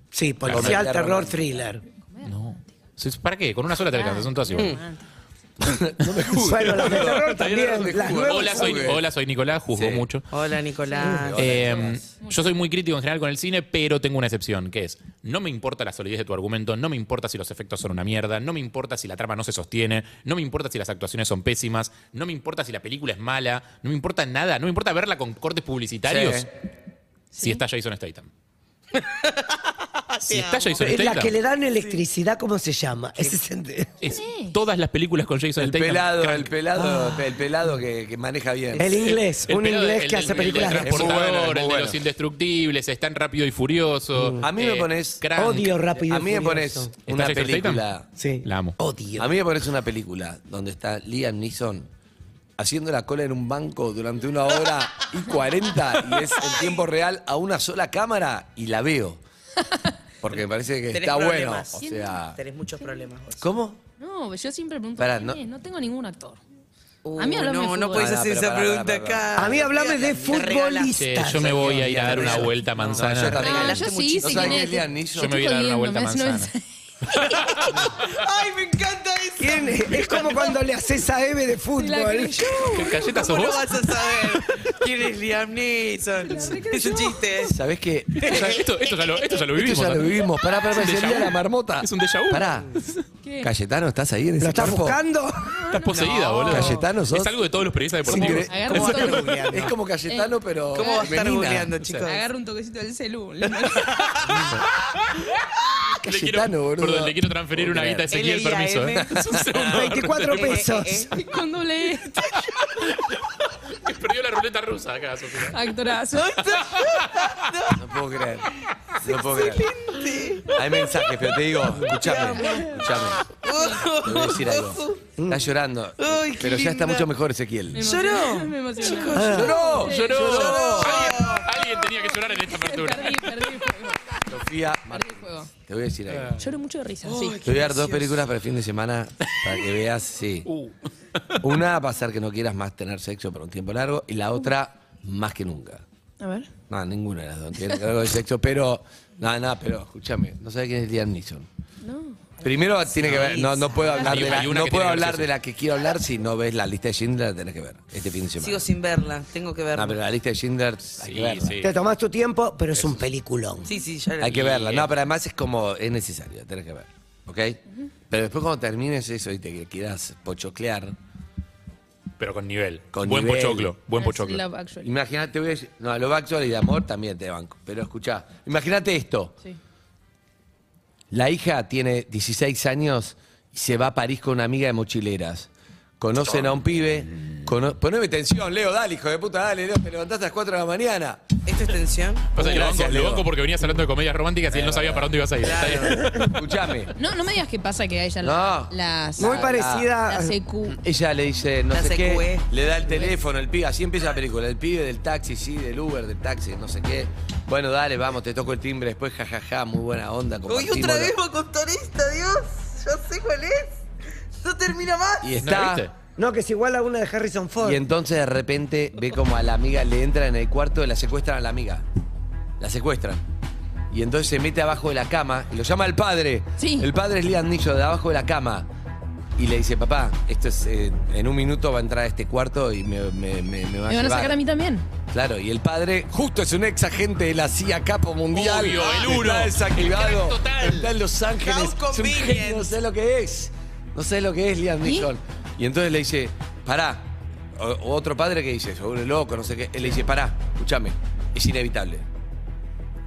S10: Sí,
S5: policial,
S8: Claro.
S5: terror,
S10: thriller.
S8: No. Sí, ¿Para qué? Con una sola te alcanzas, son todas iguales.
S10: Bueno, las de terror
S5: Está bien,
S10: también.
S5: no te
S10: las
S5: juzgo.
S10: nuevas
S8: Hola soy,
S10: son-
S8: hola, soy Nicolás, juzgo
S6: Sí.
S8: mucho.
S6: Hola, Nicolás.
S8: Eh, yo soy muy crítico en general con el cine, pero tengo una excepción, que es, no me importa la solidez de tu argumento, no me importa si los efectos son una mierda, no me importa si la trama no se sostiene, no me importa si las actuaciones son pésimas, no me importa si la película es mala, no me importa nada, no me importa verla con cortes publicitarios
S5: Sí.
S8: si está Jason Statham. si está Jason
S10: Es la
S8: Statham.
S10: que le dan electricidad, ¿cómo se llama? Ese es el-
S8: es todas las películas con Jason
S5: El
S8: Statham.
S5: pelado,
S8: crack.
S5: el pelado, el pelado que, que maneja bien.
S10: Ah. El inglés,
S8: El
S10: un
S8: pelado,
S10: inglés
S8: el
S10: que
S8: del-
S10: hace películas
S8: El del
S10: de acción.
S8: transportador,
S5: bueno, es muy
S8: el de
S5: bueno.
S8: los indestructibles, está en Rápido y Furioso.
S5: A mí me
S8: eh,
S5: pones-
S8: Crank.
S10: Odio rápido. y
S5: A mí me
S10: Furioso.
S5: pones
S8: ¿Está
S5: una
S8: Jason
S5: película.
S8: Statham?
S10: Sí.
S8: La amo.
S10: Odio.
S5: A mí me pones una película donde está Liam Neeson haciendo la cola en un banco durante una hora y 40 y es en tiempo real a una sola cámara y la veo. Porque me parece que
S6: Tenés
S5: está bueno.
S6: problemas.
S5: O sea,
S6: Tenés muchos problemas vos.
S5: ¿cómo?
S7: No, yo siempre pregunto
S5: Pará,
S7: quién
S5: no-
S7: es, no tengo ningún actor.
S6: Uh,
S7: A mí háblame
S6: no,
S7: de
S6: no
S7: fútbol.
S6: puedes hacer
S5: Pará,
S6: esa
S5: pará,
S6: pregunta
S5: pará, pará,
S6: acá.
S10: A mí hablame de
S8: Che,
S10: futbolistas.
S8: yo me voy a ir a dar una vuelta a manzana.
S5: No, yo también.
S7: Ah,
S5: Regalaste
S7: yo
S5: mucho.
S7: sí,
S5: ¿No
S7: sí.
S5: sabés
S7: quién
S5: quién
S7: es?
S5: es Liam Neeson?
S8: Yo me voy a dar una vuelta a
S7: Estoy jodiéndome,
S8: manzana.
S6: Ay, me encanta eso.
S10: ¿Quién es? Es como cuando le haces a Eve de fútbol.
S8: ¿Qué galleta sos
S6: ¿Cómo no
S8: vos?
S6: vas a saber quién es Liam Neeson? Es un chiste.
S5: ¿Sabés qué?
S8: Esto, esto ya lo, esto ya lo vivimos.
S5: Esto ya lo vivimos. Pará, pará, pará. Es
S8: Es un
S5: el
S8: déjà
S5: día de la
S8: vu.
S5: marmota.
S8: Es un déjà vu.
S5: Pará.
S7: ¿Qué?
S5: Cayetano, ¿estás ahí en ese
S10: ¿Lo estás
S5: cuerpo?
S10: buscando?
S8: Estás poseída, boludo.
S5: Cayetano sos.
S8: Es algo de todos los periodistas
S5: Es
S8: deportivos.
S5: increíble.
S7: Agarra
S5: ¿Cómo-
S7: un toque.
S5: Es como Cayetano, pero.
S6: ¿Cómo va a estar
S5: femenina.
S6: googleando, chicos?
S12: Agarra un toquecito del celu.
S8: Le quiero,
S5: Cayetano, boludo.
S8: perdón, le quiero transferir una guita a Eh, Ezequiel,
S6: LIAM.
S8: permiso. ¿eh? Es un segundo.
S6: Eh,
S10: 24 pesos.
S7: Con doble E.
S8: Perdió la ruleta rusa acá, Sofía.
S7: actorazo.
S5: No puedo creer. No puedo creer. Hay mensajes, pero te digo, escúchame, escúchame. Te voy a decir algo. Está llorando.
S6: Ay, qué
S5: pero ya está
S6: linda.
S5: mucho mejor
S7: Me
S5: Ezequiel.
S7: emocionó,
S6: Lloró.
S7: Me Ah. emocionó.
S5: ¡Lloró!
S8: Lloró. Alguien, alguien tenía que llorar en esta apertura.
S7: Perdí, perdí el juego.
S5: Sofía
S7: Perdí
S5: Martínez.
S7: el juego.
S5: Te voy a decir algo.
S7: Lloro mucho de risa, sí.
S5: Te voy a dar dos películas para el fin de semana para que veas, sí.
S8: Uh.
S5: Una va a ser que no quieras más tener sexo por un tiempo largo y la otra más que nunca.
S7: A ver.
S5: No, ninguna de las dos tiene algo de sexo, pero. Nada, nada, pero escúchame, no sabes quién es Liam Neeson.
S7: No.
S5: Primero tiene que ver, no, no puedo hablar,
S8: Hay-
S5: de la,
S8: hay una
S5: no
S8: que
S5: puedo
S8: tiene que
S5: hablar
S8: verse.
S5: de la que quiero hablar si no ves la lista de Schindler, la tenés que ver este fin de semana.
S6: Sigo sin verla, tengo que
S5: No,
S6: verla.
S5: pero la lista de Schindler hay que
S8: Sí,
S5: verla.
S8: sí.
S10: Te tomás tu tiempo, pero es un peliculón.
S6: Sí, sí, ya
S5: Hay que verla. No, pero además es como, es necesario, tenés que ver. ¿Ok? Pero después cuando termines eso y te quieras pochoclear,
S8: Pero con nivel.
S5: Con
S8: buen
S5: nivel.
S8: pochoclo. Buen pochoclo.
S7: Love Actually.
S5: imagínate, voy a decir- no, a lo actual y de amor también te banco. Pero escuchá, imagínate esto.
S7: Sí.
S5: La hija tiene 16 años y se va a París con una amiga de mochileras. Conocen a un pibe. cono- Poneme tensión, Leo, dale, hijo de puta, dale, Leo, te levantaste a las 4 de la mañana.
S6: ¿Esto es tensión?
S8: Pasa que lo
S5: Gracias,
S8: banco, lo
S5: Leo.
S8: banco porque venías hablando de comedias románticas y él no sabía para dónde ibas a ir. Está bien.
S5: Escuchame.
S7: No, no me digas que pasa que a ella
S5: No.
S7: las.
S10: Muy parecida.
S7: La CQ.
S8: Mm.
S5: Ella le dice, no
S6: La
S5: sé qué,
S6: secue.
S5: le da el teléfono, el pibe, así empieza la película, el pibe del taxi, sí, del Uber, del taxi, no sé qué. Bueno, dale, vamos, te toco el timbre después, jajaja, muy buena onda.
S6: Hoy otra
S5: compartimos
S6: vez
S5: lo-
S6: va con Torista, Dios. Yo sé cuál es. No termina más.
S5: Y
S8: ¿No la viste?
S5: está,
S10: No, que es igual a una de Harrison Ford.
S5: y entonces de repente ve como a la amiga le entran en el cuarto y la secuestran a la amiga. La secuestran. Y entonces se mete abajo de la cama y lo llama el padre.
S7: Sí.
S5: El padre es Liam Neeson, de abajo de la cama. Y le dice, papá, esto es, eh, en un minuto va a entrar a este cuarto y me, me- me- me va
S7: Me van a
S5: llevar".
S7: sacar a mí también.
S5: Claro, y el padre justo es un ex agente de la CIA Capo Mundial.
S8: Obvio, el
S5: Está
S8: uno.
S5: desactivado.
S8: El crack total.
S5: Está en Los Ángeles.
S6: House
S5: Es un
S6: Convenience.
S5: genio, no sé lo que es. No sé lo que es Liam
S7: ¿Y?
S5: Neeson. Y entonces le dice, pará. O- otro padre que dice, seguro loco, no sé qué. Él le dice, pará, escúchame, es inevitable.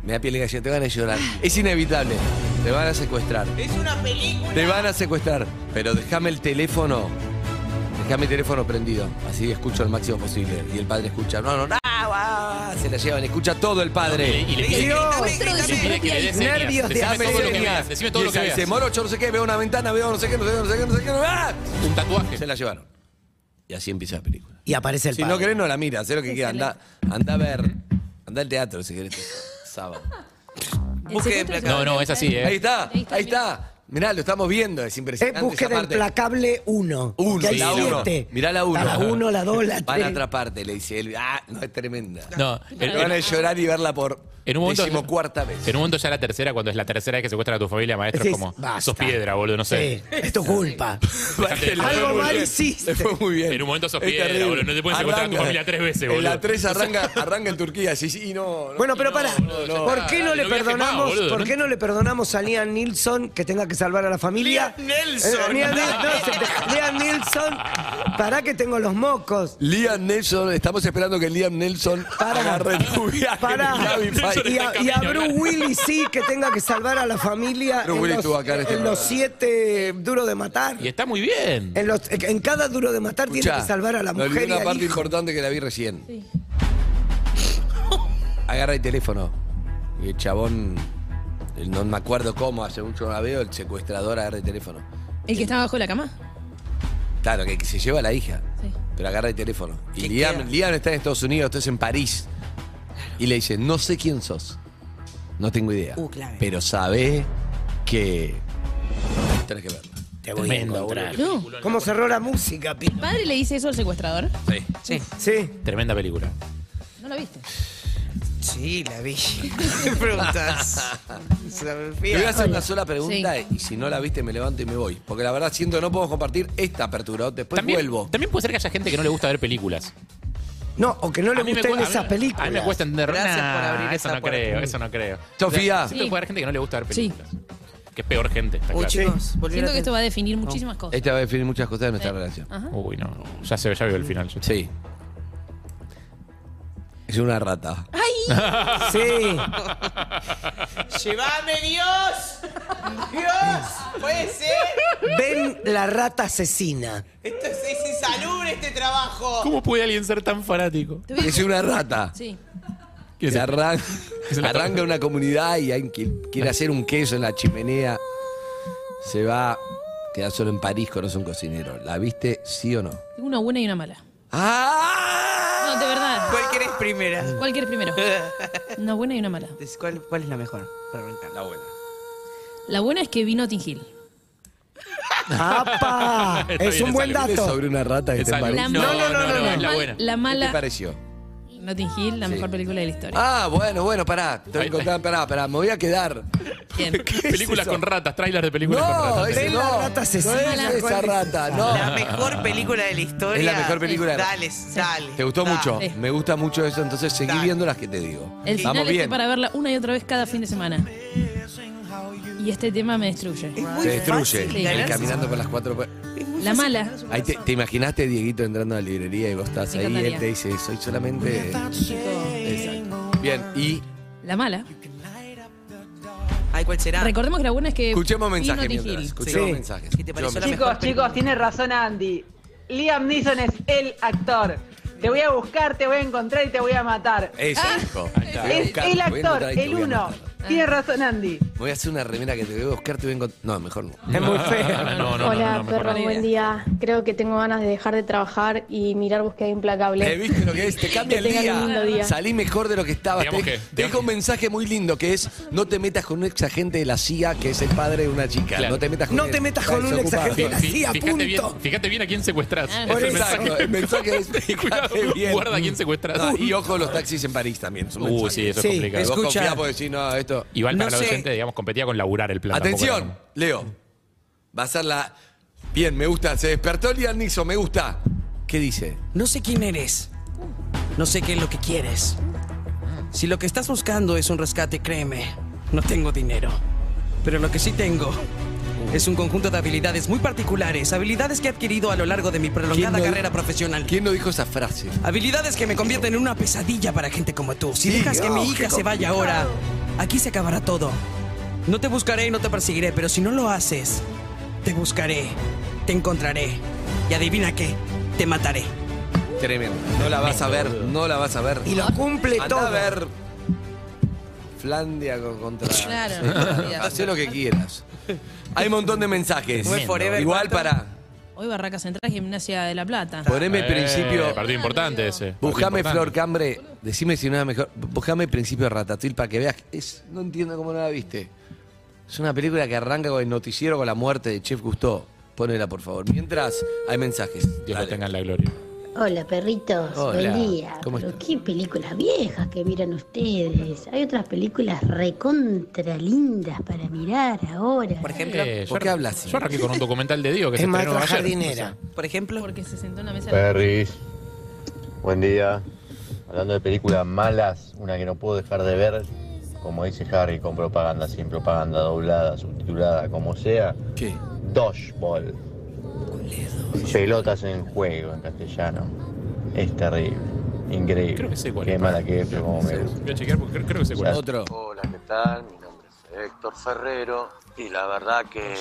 S5: Me da piel de gallina, te van a llorar. Es inevitable. Te van a secuestrar.
S6: Es una película.
S5: Te van a secuestrar, pero déjame el teléfono. Déjame el teléfono prendido. Así escucho el máximo posible. Y el padre escucha. No, no, no. va". Se la llevan. Escucha todo el
S8: Y,
S5: padre.
S8: y le
S6: Dios.
S8: pide
S7: Dentro de
S8: que, le
S7: su
S8: pide que le
S7: propia
S8: des
S7: hija.
S8: señas.
S10: Nervios de
S8: Decime
S5: Dame
S8: todo lo que
S5: señas.
S8: veas. Decime todo
S5: Y
S8: lo que
S5: esa dice,
S8: veas.
S5: moro, yo no sé qué, veo una ventana, veo no sé qué, no sé qué, no sé qué, no sé qué, no sé qué. ¡ah!
S8: Un tatuaje.
S5: Se la llevaron. Y así empieza la película.
S10: Y aparece el
S5: Si
S10: padre.
S5: no querés, no la miras. Haz lo que quieras. Anda, anda a ver. Anda al teatro si querés. Sábado.
S6: Busque
S8: No, no, es así, ¿eh?
S5: este Ahí está, ahí está. Mirá, lo estamos viendo, es impresionante.
S10: Es búsqueda
S5: esa parte.
S10: implacable 1.
S5: Uno,
S10: que hay
S5: la uno.
S10: siete.
S5: Mirá la uno.
S10: La 1, la 2, la
S5: Van a
S10: 3.
S5: atraparte, le dice él. Ah, no, es tremenda.
S8: No,
S5: Te van a llorar y verla por
S8: En un momento-
S5: decimocuarta vez.
S8: En un momento ya la tercera, cuando es la tercera vez que secuestran a tu familia, maestro, es
S5: Decís,
S8: como,
S5: basta.
S8: sos piedra, boludo, no sé.
S10: Es tu culpa.
S8: Dejate-
S5: Algo mal
S10: hiciste.
S5: fue muy bien.
S8: En un momento sos
S5: Es
S8: piedra,
S5: terrible.
S8: boludo, no te pueden secuestrar a tu
S5: Arranca.
S8: familia tres veces,
S5: En
S8: boludo.
S5: la 3 arranca, arranca en Turquía. Sí, sí, y no, no.
S10: Bueno, pero pará. ¿Por qué no le
S5: viajes más,
S10: perdonamos?
S5: boludo,
S10: ¿Por
S5: ¿no?
S10: qué no le perdonamos a Liam Nilsson que tenga que salvar a la familia?
S5: Liam Nelson.
S10: Eh, Liam, Nil- no, se te- Liam Nilsson, pará que tengo los mocos.
S5: Liam Nelson, estamos esperando que Liam Nelson agarre tu viaje.
S10: Pará.
S5: de Cabify.
S10: Y a, y a Bruce Willis sí que tenga que salvar a la familia
S5: Bruce
S10: en,
S5: Willis
S10: los,
S5: estuvo acá en este
S10: en
S5: programa.
S10: los siete duros de matar.
S8: Y está muy bien.
S10: En, los- en cada duro de matar tiene que salvar a la
S5: me olvidé
S10: mujer y
S5: una
S10: al
S5: parte
S10: hijo.
S5: importante que la vi recién.
S7: Sí.
S5: Agarra el teléfono. Y el chabón, el- no me acuerdo cómo, hace mucho no la veo, el secuestrador agarra el teléfono.
S7: El que estaba bajo la cama.
S5: Claro, que, que se lleva a la hija.
S7: Sí.
S5: Pero agarra el teléfono. Y
S7: ¿Qué
S5: Liam,
S7: queda?
S5: Liam está en Estados Unidos, estás en París. Y le dice, no sé quién sos. No tengo idea.
S6: Uh, clave.
S5: Pero sabés que... Tenés que verla.
S10: Te
S5: voy a encontrar.
S10: ¿Cómo cerró la música, Pi?
S7: ¿El padre le dice eso al secuestrador?
S8: Sí.
S6: Sí.
S10: Sí.
S8: Tremenda película.
S7: ¿No lo viste?
S6: Sí, la vi. ¿Qué preguntas? Se la
S5: Te
S6: fía.
S5: voy a hacer una sola pregunta y si no la viste me levanto y me voy. Porque la verdad siento que no puedo compartir esta apertura. Después
S8: También,
S5: Pues vuelvo.
S8: también puede ser que haya gente que no le gusta ver películas.
S10: No, o que no le
S8: A mí me
S10: gusten
S8: cu- a mí-
S10: esas películas.
S8: A mí me cuesta entender.
S10: Gracias
S8: Nah,
S10: por abrir
S8: eso
S10: esa
S8: no
S10: puerta.
S8: creo, eso no creo.
S5: Sofía.
S8: Siento que puede haber gente que no le gusta ver
S7: Sí.
S8: películas. Que es peor gente, está claro.
S7: Siento que esto va a definir muchísimas
S8: Eh.
S7: cosas.
S5: Esta va a definir muchas cosas de nuestra relación.
S7: Ajá.
S8: Uy, no. Ya se ya vio el final.
S5: Sí. Es una rata.
S7: ¡Ay!
S10: Sí.
S6: ¡Llévame, Dios! ¡Dios! ¡Puede ser!
S10: Ven la rata asesina.
S6: Esto es, es insalubre este trabajo.
S8: ¿Cómo puede alguien ser tan fanático?
S5: Es una rata.
S7: Sí.
S5: Que arran- arranca una comunidad y hay quien quiere hacer un queso en la chimenea. Se va, queda solo en París, conoce un cocinero. ¿La viste sí o no? ¡Ah!
S7: Tengo una buena y una mala. No, de verdad.
S6: ¿Cuál querés primera?
S7: ¿Cuál quieres primero? Una buena y una mala.
S6: Es- ¿Cuál, cuál es la mejor? Para arrancar.
S5: La buena.
S7: La buena es que vi Notting Hill.
S10: ¡Apa!
S8: Está
S10: es
S8: bien,
S10: un buen
S8: está
S5: ¿Viste
S10: dato.
S5: sobre una rata que está en París?
S7: La
S8: No,
S7: mala-
S8: no, no, no,
S7: la
S8: es la
S7: mal-
S8: buena.
S7: La
S5: ¿Qué te
S7: mala.
S5: pareció?
S7: Notting Hill, la mejor película de la historia.
S5: Ah, bueno, bueno, pará. Te voy a encontrar, pará, pará. Me voy a quedar.
S6: Ah,
S7: Bien.
S5: ¿Qué es
S8: Películas
S5: eso?
S8: con ratas, trailers de películas con
S5: No,
S8: ratas.
S5: ese
S10: Ven
S5: no.
S10: la rata asesina.
S5: No es esa rata, no.
S6: La mejor película de la historia.
S5: Es la mejor película de-
S6: Dale, dale.
S5: Te gustó
S6: dale.
S5: mucho.
S7: Sí.
S5: Me gusta mucho eso, entonces seguí
S6: Dale.
S5: viendo las que te digo.
S7: El final
S5: Vamos
S7: es
S5: bien.
S7: para verla una y otra vez cada fin de semana. Y este tema me destruye.
S5: Te destruye.
S7: fácil
S5: Ahí
S7: ganarse.
S5: caminando por las cuatro. pa-
S7: La mala.
S5: Ahí te, te imaginaste Dieguito entrando a la librería y vos estás
S7: Me
S5: ahí y él
S7: encantaría.
S5: te dice, soy solamente. Exacto. Bien, y
S7: La mala.
S6: Ay, ¿cuál será?
S7: Recordemos que la buena es que.
S5: escuchemos
S7: vi
S5: mensajes
S7: Notting
S5: mientras.
S7: Hill.
S5: Escuchemos
S10: Sí.
S5: mensajes.
S6: ¿Qué te pareció la
S5: Escuchemos.
S6: mejor?
S13: Chicos, chicos, tiene razón Andy. Liam Neeson es el actor. Te voy a buscar, te voy a encontrar y te voy a matar.
S5: Eso,
S13: Ah,
S5: hijo.
S13: es el actor, el uno. Tiene razón Andy.
S5: Voy a hacer una remera que te veo buscar, te voy a encontrar. No, mejor no.
S10: Es muy fea.
S8: No, no, no,
S14: Hola,
S8: no, no, mejor
S14: perros,
S8: no.
S14: Ah, buen día. Creo que tengo ganas de dejar de trabajar y mirar Búsqueda Implacable.
S5: Eh, ¿Viste lo que es? Te cambia el
S14: Que tengan un
S5: día.
S14: lindo día.
S5: Salí mejor de lo que estabas.
S8: Digamos
S5: te
S8: que-
S5: te deja un mensaje muy lindo que es no te metas con un ex agente de la CIA que es el padre de una chica.
S8: Claro.
S5: No te metas con
S10: No
S5: él.
S10: te metas
S5: Está
S10: con un
S5: desocupado.
S10: exagente.
S8: Fi- fi-
S10: Así, a
S8: Fíjate bien,
S10: punto.
S8: fíjate bien a quién secuestras.
S7: Ah,
S8: Es el
S5: Exacto,
S8: mensaje.
S5: el mensaje es fíjate bien.
S8: Guarda a quién secuestras.
S5: No, y ojo los taxis en París también. es un
S8: Uy,
S5: mensaje.
S8: uh, sí, eso
S10: Sí,
S8: es complicado.
S5: Vos
S10: Escucha.
S5: confiás porque si no, esto.
S8: Igual para
S6: No
S8: la
S6: sé.
S8: docente, digamos, competía con laburar el plan. tampoco era
S5: Atención,
S8: como-
S5: Leo. Va a ser la. Bien, me gusta. Se despertó Liam Neeson, me gusta. ¿Qué dice?
S6: No sé quién eres. No sé qué es lo que quieres. Si lo que estás buscando es un rescate, créeme, no tengo dinero. Pero lo que sí tengo es un conjunto de habilidades muy particulares, habilidades que he adquirido a lo largo de mi prolongada
S5: no-
S6: carrera profesional.
S5: ¿Quién no dijo esa frase?
S6: Habilidades que me convierten en una pesadilla para gente como tú. Si
S5: Sí,
S6: dejas que
S5: oh,
S6: mi
S5: qué
S6: hija se vaya ahora, aquí se acabará todo. No te buscaré y no te perseguiré, pero si no lo haces, te buscaré, te encontraré. Y adivina qué, te mataré.
S5: Tremendo. No la vas a ver, no la vas a ver.
S10: Y lo cumple
S5: Andá
S10: todo.
S5: a ver Flandia con- contra.
S7: Claro,
S5: Hacé lo que quieras. Hay un montón de mensajes.
S6: Fue Forever
S5: Igual
S6: Battle.
S5: para.
S7: Hoy Barraca Central, Gimnasia de La Plata.
S5: Poneme principio.
S8: Eh, Partido importante ese.
S5: Buscame
S8: Partido
S5: Flor
S8: importante.
S5: Cambre, decime si no es mejor. Buscame principio Ratatouille para que veas. que Es, no entiendo cómo no la viste. Es una película que arranca con el noticiero con la muerte de Chef Gusteau. Ponela, por favor. Mientras, hay mensajes.
S8: Dios lo tenga en la gloria.
S15: Hola perritos,
S5: Hola,
S15: buen día.
S5: ¿cómo
S15: Pero qué películas viejas que miran ustedes. Hay otras películas recontra lindas para mirar ahora.
S8: Por
S15: ejemplo.
S5: ¿Por qué hablas así?
S8: Eh, Yo arranqué con un documental de Dios que se estrenó ayer.
S7: Por ejemplo. Porque se sentó en la mesa.
S16: Perris, buen día. Hablando de películas malas, una que no puedo dejar de ver, como dice Harry, con propaganda, sin propaganda, doblada, subtitulada, como sea.
S5: ¿Qué?
S16: Dodgeball. Pelotas en juego en castellano. Es terrible, increíble.
S8: Creo que sé cuál
S16: Qué
S8: es.
S16: mala que es, pero como me gusta.
S8: Voy a chequear porque creo, creo que se cuál es.
S17: Hola, ¿qué tal? Mi nombre es Héctor Ferrero y la verdad que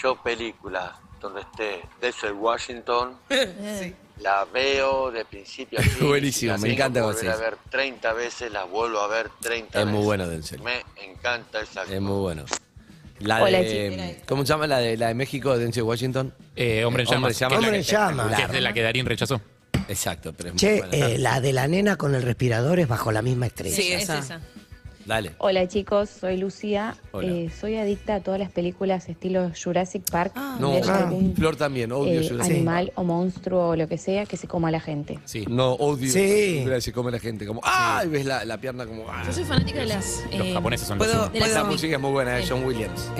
S17: yo películas donde esté Denzel Washington la veo de principio a fin.
S5: Buenísimo,
S17: La
S5: me
S17: tengo que
S5: encanta
S17: volver
S5: cuando
S17: a
S5: se dice.
S17: ver 30 veces, la vuelvo a ver 30
S5: Es
S17: veces.
S5: muy bueno, Denzel.
S17: Me encanta esa
S5: Es muy bueno. La
S17: Hola,
S5: de, ¿Cómo se llama la de, la de México, de Denzel Washington?
S8: Eh, hombre en llamas.
S5: Hombre en llamas.
S8: Que es la que- Que es
S5: Espectacular.
S8: de la que Darín rechazó.
S5: Exacto, pero es muy
S10: Che,
S5: buena.
S10: eh, la de la nena con el respirador es bajo la misma estrella.
S5: Dale.
S18: Hola chicos, soy Lucía.
S5: Hola.
S18: Eh, soy adicta a todas las películas estilo Jurassic Park.
S5: No,
S18: donde hay algún,
S5: Flor también, odio
S18: eh,
S5: Jurassic
S18: animal o monstruo o lo que sea que se coma a la gente.
S5: Sí. No, odio
S10: Sí.
S5: Jurassic Se come la gente como, ¡ah! Y ves la, la pierna como, ¡ah!
S7: Yo soy fanática de las. eh,
S5: los
S7: de las
S5: Esa
S7: emi-
S5: Pues música es muy buena, de John Williams.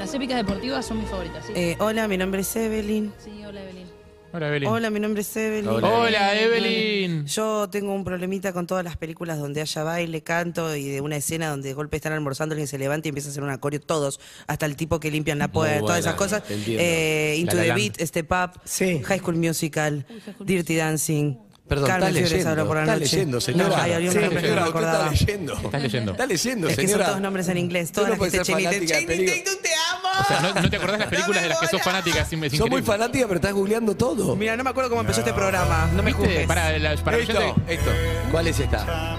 S7: Las épicas deportivas son mis favoritas, sí.
S6: Eh, hola, mi nombre es Evelyn.
S7: Sí, hola Evelyn.
S8: Hola, Evelyn.
S6: Hola, mi nombre es Evelyn.
S8: Hola, Hola, Evelyn.
S6: Yo tengo un problemita con todas las películas donde haya baile, canto y de una escena donde de golpe están almorzando, alguien se levanta y empieza a hacer un acorio todos, hasta el tipo que limpian la puerta,
S9: buena,
S6: todas esas cosas.
S9: te entiendo.
S6: Eh, Into
S9: La La
S6: the
S9: Land.
S6: Beat, Step Up, High School Musical, Dirty Dancing.
S5: Perdón,
S6: Carmen
S5: está
S6: Fiores,
S5: leyendo,
S6: Abra por la
S5: está
S6: noche.
S5: leyendo, señora.
S6: No, hay algún
S5: Sí,
S6: nombre que no
S5: señora,
S6: me
S5: usted está
S6: acordaba.
S5: leyendo. Está leyendo. Está leyendo,
S6: Es que son
S5: señora.
S6: todos nombres en inglés.
S5: Usted
S6: Todas
S5: no
S6: las que este
S5: puede
S6: dice
S5: ser
S6: Channing
S5: fanática de
S6: Tatum, Channing
S5: películas.
S6: Tatum, te amo.
S8: O sea, no, no te acordás de las películas de las que sos fanática. Es, es
S5: Sos muy
S8: increíble.
S5: fanática, pero estás googleando todo.
S6: Mira, no me acuerdo cómo empezó este programa. No me
S8: ¿Viste?
S6: juzgues.
S8: Para la- para
S5: esto,
S8: oyente-
S5: esto. ¿Cuál es esta?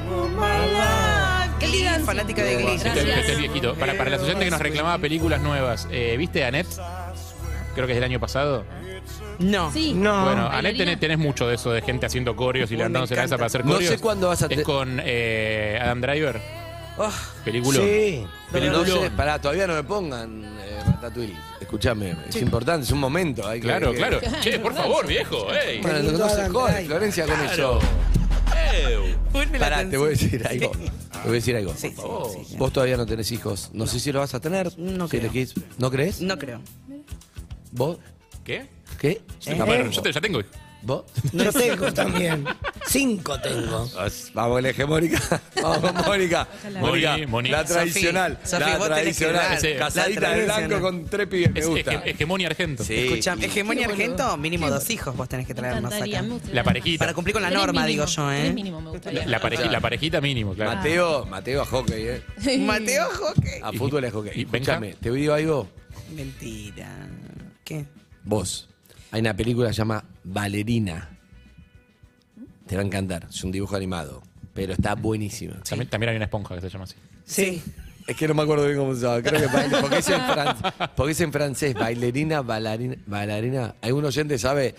S6: Qué liga fanática de Glee.
S8: Este- este es viejito. Para, para la gente que nos reclamaba películas nuevas, eh, ¿viste Annette? Creo que es del año pasado.
S6: No.
S7: Sí.
S8: Bueno, Annette tenés, tenés mucho de eso, de gente haciendo coreos y
S5: Uy, me
S8: levantándose la cabeza para hacer
S5: No
S8: coreos.
S5: sé cuándo vas a
S8: Es
S5: te- Ah,
S8: con eh, Adam Driver.
S6: Oh.
S8: Película.
S5: Sí. Pero no
S8: Peliculón.
S5: sé, pará, todavía no me pongan eh, Ratatouille. Escuchame, es
S8: Sí.
S5: importante, es un momento. hay que-
S8: Claro,
S5: que-
S8: claro. Che, por favor, viejo. Ey.
S5: Bueno, no, no se jode, Florencia, con
S8: Claro.
S5: eso.
S6: Ponme la
S5: Pará, te voy a decir algo. Te voy a decir algo.
S6: Sí, sí, sí, sí.
S5: Vos todavía no tenés hijos. No, sé si lo vas a tener.
S6: No
S5: si
S6: creo.
S5: elegís- ¿No crees?
S6: No creo.
S5: ¿Vos?
S8: ¿Qué?
S5: ¿Qué?
S8: Yo tengo- bueno, yo te- ya tengo hijo.
S5: ¿Vos?
S10: No tengo también. Cinco tengo.
S5: As- Vamos, la hegemónica. Vamos, Mónica.
S8: Ojalá.
S5: Mónica,
S8: Moni, Moni.
S5: la tradicional.
S8: Sofi,
S5: la
S8: vos tenés que
S5: tradicional.
S8: dar. Ese-
S5: Casadita
S8: La
S5: de
S8: tradicional.
S5: blanco con tres pibes. Me
S8: Es
S5: gusta.
S8: hege- hegemonia argento.
S6: Escuchame,
S8: Eh,
S6: hegemonia argento, mínimo dos hijos vos tenés que traer más acá.
S8: La parejita.
S6: Para cumplir con la
S8: Tres
S6: norma,
S8: mínimo,
S6: digo yo,
S8: tres
S6: ¿eh?
S8: mínimo La, pareji- la parejita mínimo, claro.
S5: Mateo, Mateo a hockey, ¿eh?
S6: Mateo Joque.
S5: A fútbol es hockey.
S8: Ah. Eh, ¿Y Benja?
S5: Escúchame, te digo algo.
S6: Mentira. ¿Qué?
S5: Vos. Hay una película que se llama Valerina. Te va a encantar. Es un dibujo animado. Pero está buenísima.
S8: También, también hay una esponja que se llama así.
S5: Sí. Es que no me acuerdo bien cómo se llama. Creo que baile- porque es en, fran- porque es en francés. Bailarina, bailarina, bailarina. ¿Algún oyente sabe?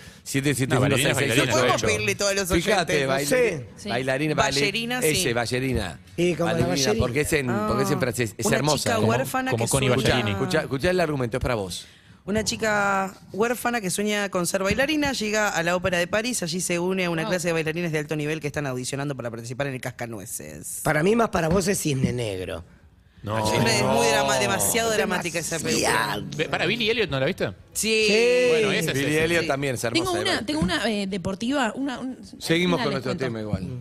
S8: No, bailarina es bailarina. No podemos
S5: 7716688.
S8: pedirle
S6: todos los
S5: Fíjate,
S6: oyentes,
S5: bail-
S6: no sé. Sí.
S5: bailarina.
S6: Ballerina, sí.
S5: Ese, ballerina.
S6: Y como la ballerina.
S5: Porque es en, porque es en
S6: Ah.
S5: francés. Es
S6: Una
S5: hermosa.
S6: chica Como- huérfana como que Connie sueña- Ballerini.
S5: Escuchá, escuchá el argumento, es para vos.
S6: Una chica huérfana que sueña con ser bailarina llega a la Ópera de París. Allí se une a una
S8: Oh.
S6: clase de bailarines de alto nivel que están audicionando para participar en el Cascanueces.
S10: Para mí, más para vos es cisne negro.
S8: No.
S6: Es muy drama- demasiado dramática esa película.
S8: Ah, Ve- Para Billy Elliot no la viste.
S6: Sí.
S8: Bueno, esa es
S5: Billy
S8: esa,
S5: Elliot
S8: sí.
S5: también es hermosa.
S7: Tengo
S5: de
S7: una,
S5: verdad.
S7: tengo una eh, deportiva. Una, un-
S5: Seguimos
S7: una
S5: con
S7: les
S5: nuestro
S7: cuento.
S5: tema igual.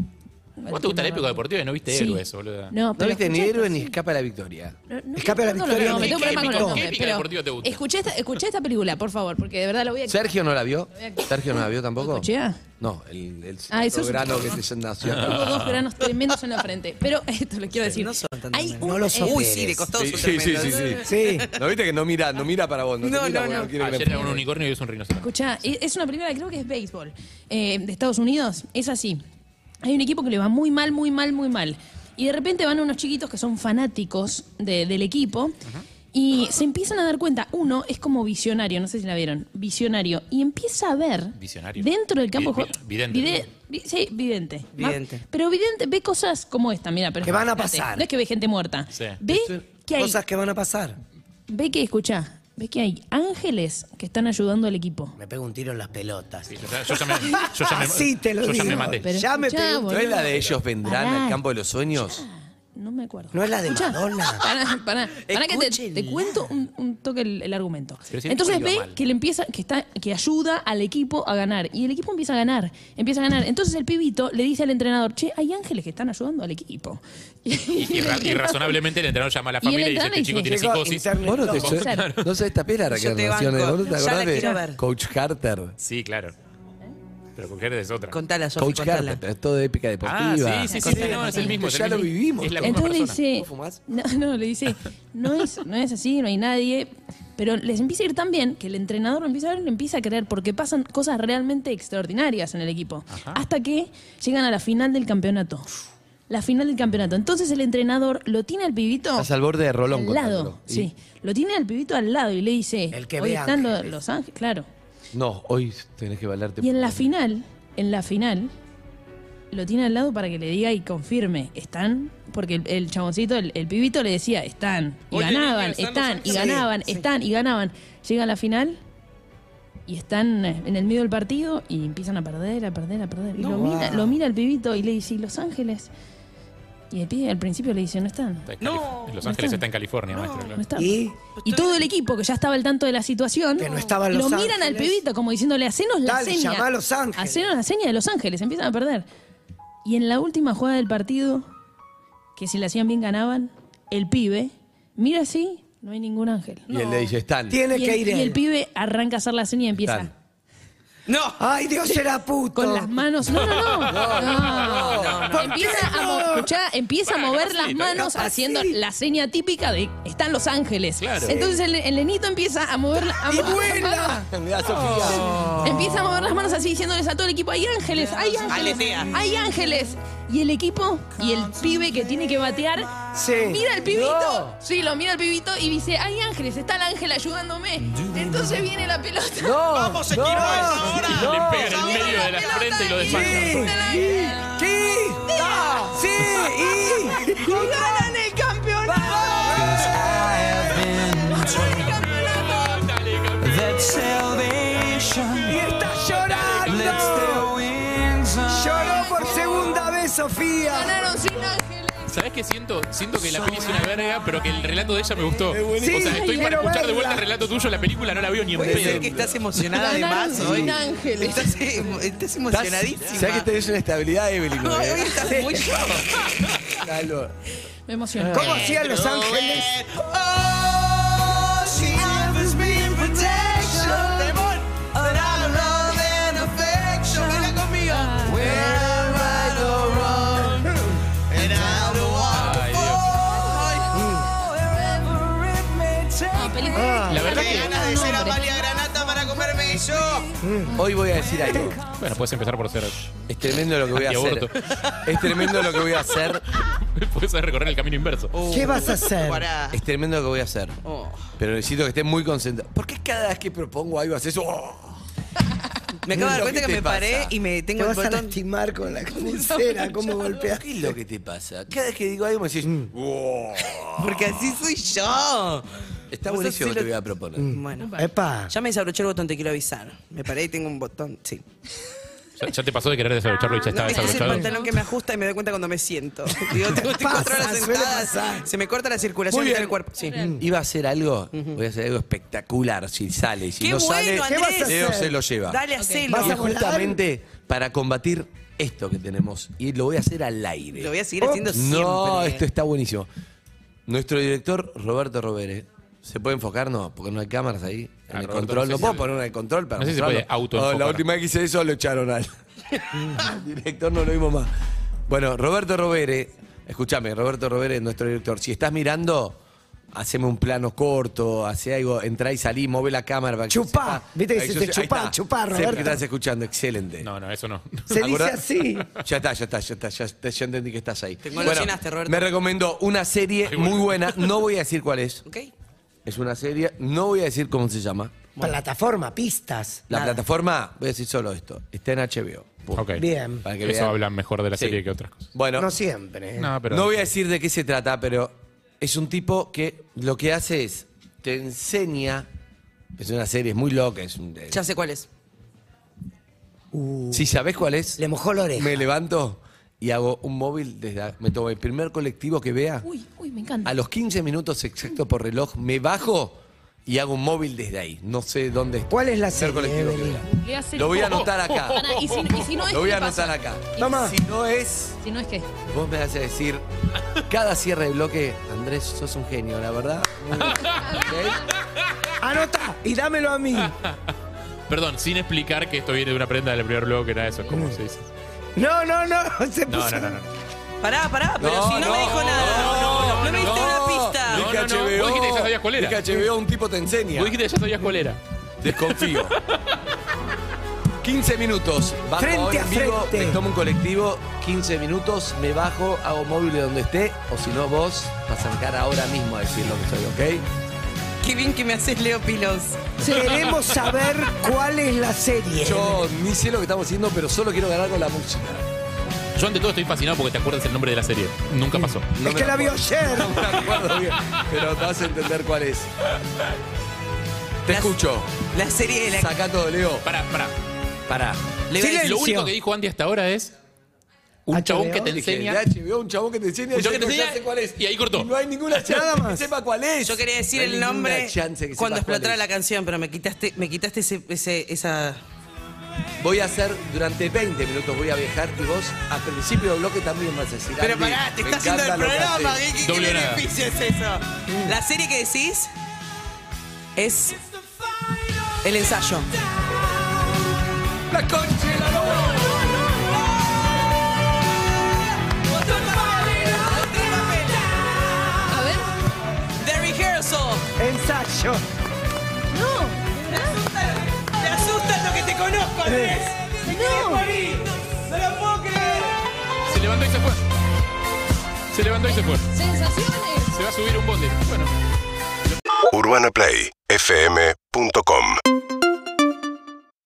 S8: ¿Vos te gusta la época deportiva y no viste
S7: Sí.
S8: héroes, boludo?
S7: No, pero
S5: viste ni
S7: escuchá
S5: héroe ni escapa a la victoria.
S7: No, no,
S5: Escape a la
S7: no, no,
S5: victoria.
S7: no, me tengo
S5: ¿Qué
S7: problema con los
S5: épica-
S7: nombres,
S5: qué épica
S7: pero
S5: deportiva te gusta?
S7: Escuché esta, escuché esta película, por favor, porque de verdad la voy a...
S5: Sergio no la vio.
S7: La voy a-
S5: Sergio no la vio tampoco.
S7: escuché?
S5: No, el, el
S7: Ah,
S5: otro
S7: eso es-
S5: grano que se nació.
S7: Tengo dos granos tremendos en la frente. Pero esto lo quiero decir. No
S6: son tan
S7: Hay un,
S10: No lo son.
S7: eh,
S5: sí, sí, sí, sí, sí. No viste que no mira, no mira para vos. No, te
S7: No,
S5: mira
S7: no,
S5: porque
S7: no.
S5: quiere que le
S8: Ayer Ah, era un
S5: pegue.
S8: unicornio y es un rinoceronte.
S7: Escucha, eh, es una película que creo que es béisbol eh, de Estados Unidos. Es así. Hay un equipo que le va muy mal, muy mal, muy mal. Y de repente van unos chiquitos que son fanáticos de- del equipo. Y se empiezan a dar cuenta, uno es como visionario, no sé si la vieron, visionario, y empieza a ver
S8: Visionario.
S7: dentro del campo de
S8: Vi-
S7: juego.
S8: vi- vidente.
S7: vide- vi- sí, vidente. Ma-
S8: Vidente.
S7: Pero vidente ve cosas como esta, mira, pero
S10: Que van a
S7: espérate,
S10: pasar.
S7: No es que ve gente muerta.
S8: Sí.
S7: Ve que hay
S10: Cosas que van a pasar.
S7: Ve que, escuchá, ve que hay ángeles que están ayudando al equipo.
S10: Me pego un tiro en las pelotas.
S8: yo ya me- yo ya me-
S10: Así te lo
S8: yo ya
S10: digo.
S8: me maté.
S7: Pero
S10: Ya me
S7: escuchá,
S10: pegó un
S5: ¿No
S10: tiro.
S5: es la de ellos vendrán
S7: Pará.
S5: al campo de los sueños?
S7: No me acuerdo.
S10: ¿No es la de
S7: Escuchá,
S10: Madonna?
S7: Pará, pará, pará que te, te cuento un, un toque el, el argumento.
S10: Pero si
S7: Entonces
S10: el juego
S7: ve
S10: iba mal.
S7: que le empieza, que está, que ayuda al equipo a ganar. Y el equipo empieza a ganar, empieza a ganar. Entonces el pibito le dice al entrenador, che, hay ángeles que están ayudando al equipo.
S8: Y, ra- y razonablemente el entrenador llama a la
S7: Y el
S8: familia y, dice,
S7: entrenador
S8: este chico
S7: dice,
S8: tiene
S7: "Llegó
S8: psicosis.
S5: Vos no te sabés- no sabés tapiar la
S8: Yo te
S5: reencarnación,
S8: banco.
S5: ¿no? ¿Te
S8: Ya la
S5: acordás de
S8: quiero ver.
S5: Coach Carter?
S8: Sí, claro. Pero con Jerez es otra.
S19: Contala, Sofi,
S5: Coach
S19: contala.
S5: Carter, es todo de épica deportiva.
S8: Ah, sí, sí, sí, sí, no, es el mismo, es el
S5: Ya lo
S8: mismo.
S5: vivimos.
S8: Es la
S7: Entonces dice, no, no, le dice, no es, no es así, no hay nadie. Pero les empieza a ir tan bien que el entrenador lo empieza a ver y lo empieza a creer porque pasan cosas realmente extraordinarias en el equipo. Hasta que llegan a la final del campeonato. La final del campeonato. Entonces el entrenador lo tiene al pibito
S5: Estás al borde de Rolón.
S7: al
S5: contándolo.
S7: lado.
S5: Y-
S7: Sí, lo tiene al pibito al lado y le dice, el
S5: que
S7: hoy
S5: ve
S7: están lo- los ángeles, claro.
S5: No, hoy tenés que bailarte.
S7: Y en la final, en la final, lo tiene al lado para que le diga y confirme, están, porque el, el chaboncito, el, el pibito le decía, están, y
S19: Oye, niña,
S7: ganaban,
S19: están
S7: están,
S19: los
S7: y
S19: Ángeles.
S7: ganaban, están, y ganaban. Llega a la final y están eh, en el medio del partido y empiezan a perder, a perder, a perder. Y
S19: No.
S7: lo mira,
S19: Wow.
S7: lo mira el pibito y le dice, ¿y Los Ángeles? Y el pibe al principio le dice, no están.
S8: Está en Cali- en Los Ángeles está en California, maestro. claro.
S7: No están. Y, todo el equipo que ya estaba al tanto de la situación
S8: no estaban
S7: lo
S8: Los
S7: miran al
S8: Ángeles.
S7: pibito como diciéndole, hacenos la
S10: Dale,
S7: seña.
S10: llamá a Los Ángeles.
S7: Hacenos la seña de Los Ángeles, empiezan a perder. Y en la última jugada del partido, que si la hacían bien ganaban, el pibe mira así, no hay ningún ángel.
S5: Y él le dice, están.
S7: y el, y el pibe arranca a hacer la seña y empieza.
S5: Están.
S6: ¡No!
S10: ¡Ay, Dios era puto!
S7: Con las manos. No, no, no.
S10: No,
S7: No,
S10: no,
S7: no. Empieza a, mo- escuchá, empieza a mover las manos haciendo la seña típica de están Los Ángeles.
S5: Claro.
S7: Entonces el, el nenito empieza a mover la- a
S5: ¡Y
S7: mover las
S5: vuela!
S7: manos.
S5: Mirá, Sofía.
S7: Empieza a mover las manos así diciéndoles a todo el equipo, hay ángeles, hay ángeles,
S19: Aletea.
S7: hay ángeles. Y el equipo y el pibe que tiene que batear mira al pibito, sí, lo mira al pibito y dice, hay ángeles, está el ángel ayudándome. Entonces viene la pelota.
S6: ¡Vamos, se tiró esa hora!
S8: Le pega en el medio de la frente y lo desmanta.
S6: ¡Sí!
S4: ¡Sí! ¡Y ganan el campeonato!
S10: Y está llorando. Lloró por segunda vez, Sofía.
S7: Ganaron sin ángeles.
S8: ¿Sabés qué siento? Siento que la peli es una verga, pero que el relato de ella me gustó. O
S6: buenísimo.
S8: sea, estoy
S6: Sí,
S8: para
S6: quiero
S8: escuchar de
S6: verla.
S8: vuelta el relato tuyo, la película no la veo ni en
S6: Puede ser
S8: pedo.
S6: que estás emocionada de
S8: Ganaron
S6: más
S8: sin
S6: hoy.
S7: ángeles.
S6: Estás, eh, emo- estás emocionadísima.
S5: ¿Sabes que tenés una estabilidad, Evelyn?
S6: No, hoy estás muy
S5: Calor.
S7: Me Eh, emocioné.
S5: ¿Cómo hacían Los
S4: Ángeles?
S5: Ah. La verdad que-
S19: ganas de ser Amalia Granata para comerme eso.
S5: Hoy voy a decir algo.
S8: Bueno, puedes empezar por ser.
S5: Es tremendo lo que voy a hacer.
S8: Antiaborto.
S5: Es tremendo lo que voy a hacer.
S8: Puedes recorrer el camino inverso.
S10: ¿Qué vas a hacer?
S5: Es tremendo lo que voy a hacer.
S6: Oh.
S5: Pero necesito que estés muy concentrado. ¿Por qué cada vez que propongo algo haces eso? ¡Oh!
S6: Me acabo de dar
S5: ¿Qué
S6: cuenta que
S5: te
S6: me paré
S5: pasa?
S6: y me tengo
S5: Te
S6: el
S5: vas a
S6: botón.
S10: Timar con la
S5: Pulsera, ¿cómo golpeas? ¿Qué es lo que te pasa? Cada vez que digo algo me decís. "Oh".
S6: Porque así soy
S5: Ah.
S6: yo.
S5: Está
S6: Vos
S5: buenísimo
S6: así
S5: lo que
S6: lo-
S5: te voy a proponer.
S6: Bueno. Epa. Ya me desabroché el botón, te quiero avisar. Me paré y tengo un botón, sí.
S8: Ya, ya te pasó de querer desabrocharlo y ya estaba
S6: Este es el
S8: desabrocharlo.
S6: pantalón que me ajusta y me doy cuenta cuando me siento. Digo, tengo estoy cuatro horas sentada. Se me corta la circulación
S5: Muy
S6: y
S5: bien.
S6: todo el cuerpo. Sí.
S5: Iba a hacer algo, voy a hacer algo espectacular si sale. Si
S6: Qué
S5: no
S6: bueno,
S5: sale,
S6: Andrés. ¿Qué vas a
S5: Leo
S6: hacer?
S5: se lo lleva.
S6: Dale,
S5: a
S6: hacelo. ¿Vas a volar?
S5: justamente para combatir esto que tenemos. Y lo voy a hacer al aire.
S6: Lo voy a seguir haciendo
S5: No,
S6: siempre.
S5: esto está buenísimo. Nuestro director, Roberto Robere, ¿se puede enfocar? No, porque no hay cámaras ahí. En el
S8: Ah, Roberto,
S5: control,
S8: no sé
S5: no
S8: si
S5: puedo
S8: el-
S5: poner una de control para
S8: no sé si se
S5: mostrarlo.
S8: puede autoenfocar.
S5: Oh, La última vez que hice eso lo echaron al al director, no lo vimos más. Bueno, Roberto Robere, escúchame, Roberto Robere, nuestro director, si estás mirando, haceme un plano corto, hace algo, entra y salí, mueve la cámara para que
S10: Chupá,
S5: sepa.
S10: viste que
S5: Ahí
S10: se
S5: yo
S10: te
S5: sé-
S10: chupá,
S5: ahí está.
S10: chupá,
S5: Sé
S10: Roberto.
S5: que estás escuchando, excelente.
S8: No, no, eso no.
S10: Se dice
S5: ¿Acordás?
S10: así.
S5: Ya está, ya está, ya está, ya, está, ya entendí que estás ahí.
S6: Te conocinaste, Roberto.
S5: Me recomendó una serie muy buena, no voy a decir cuál es.
S6: Ok.
S5: Es una serie, no voy a decir cómo se llama.
S10: Plataforma, pistas.
S5: La
S10: nada.
S5: plataforma, voy a decir solo esto, está en HBO. Punto.
S8: Ok.
S10: Bien.
S5: Para que
S8: Eso
S5: vean.
S8: habla mejor de la
S5: Sí.
S8: serie que otras cosas.
S5: Bueno,
S10: No siempre. ¿eh?
S8: No, pero-
S5: no voy a decir de qué se trata, pero es un tipo que lo que hace es, te enseña, es una serie, es muy loca, es un...
S6: Ya sé cuál es.
S10: Uh,
S5: Si sabés cuál es,
S10: Le mojó la oreja.
S5: me levanto y hago un móvil, desde, a- me tomo el primer colectivo que vea,
S7: Uy, uy, me encanta.
S5: a los 15 minutos exacto por reloj, me bajo y hago un móvil desde ahí. No sé dónde está.
S10: ¿Cuál es la
S5: Primer
S10: serie,
S8: eh,
S5: colectivo que
S10: Evelyn?
S5: vea.
S7: Le hace-
S5: Lo voy a anotar acá.
S7: Pará, y si, y si no es,
S5: Lo voy
S7: ¿qué
S5: a anotar
S7: pasa?
S5: acá.
S10: Toma.
S5: Si no es,
S7: Si no es que.
S5: vos me vas a decir cada cierre de bloque, Andrés, sos un genio, la verdad.
S10: Anota y dámelo a mí.
S8: Perdón, sin explicar que esto viene de una prenda del primer blog que era eso, es como se dice.
S10: No, no, no. Se
S8: No,
S10: puso.
S8: no, no. no.
S6: Pará, pará, pero si no, me dijo nada. No, me diste una pista.
S8: No, no, no. Vos dijiste que ya sabías cuál era.
S5: Dije HBO, un tipo te enseña.
S8: Vos dijiste que ya sabías cuál era.
S5: Desconfío. 15 minutos. Bajo
S10: Frente
S5: ahora
S10: a
S5: en vivo,
S10: frente.
S5: Me tomo un colectivo, 15 minutos, me bajo, hago móvil de donde esté, o si no vos, vas a arrancar ahora mismo a decir lo que soy,
S6: Qué bien que me haces Leo Pilos.
S10: Queremos saber cuál es la serie.
S5: ¿ok? Yo ni sé lo que estamos haciendo, pero solo quiero ganar con la música.
S8: Yo ante todo estoy fascinado porque te acuerdas el nombre de la serie. Nunca pasó.
S5: No
S10: es
S5: me
S10: que la vio
S5: acuerdo.
S10: ayer.
S5: No me acuerdo bien, pero vas a entender cuál es. Te
S6: La-
S5: escucho.
S6: La serie de la
S5: Saca todo, Leo.
S8: Pará, pará.
S5: Pará.
S8: Le voy a decir, Lo único que dijo Andy hasta ahora es un
S10: HBO,
S8: chabón que te
S5: Dije,
S8: enseña.
S5: de HBO, un chabón que te enseña.
S8: Un chabón
S5: yo
S8: que te
S5: no
S8: enseña
S5: sé cuál es.
S8: y ahí cortó.
S5: Y no hay ninguna chance
S10: Nada
S5: que
S10: más.
S5: sepa cuál es.
S6: Yo quería decir
S5: No hay
S6: el
S5: ninguna
S6: nombre
S5: chance que
S6: cuando
S5: sepas cuál
S6: explotara
S5: es.
S6: la canción, pero me quitaste, me quitaste ese, ese- esa.
S5: Voy a hacer durante 20 minutos, voy a viajar y vos al principio del bloque también vas a decir.
S6: Pero
S5: Andy,
S6: pará, te
S5: me
S6: está haciendo el
S5: encanta lo que
S6: programa.
S5: haces.
S6: ¿Qué, qué- qué
S8: Doble nada.
S6: beneficio es eso? La serie que decís es el ensayo.
S5: La concha de la lora.
S7: A ver,
S6: The Rehearsal.
S10: Ensayo.
S6: Te asusta lo que te conozco, Andrés. Te querés morir. No lo puedo creer.
S8: Se levantó y se fue. Se levantó y se fue.
S7: sensaciones.
S8: Se va a subir un bondi. Bueno.
S20: UrbanaPlayFM.com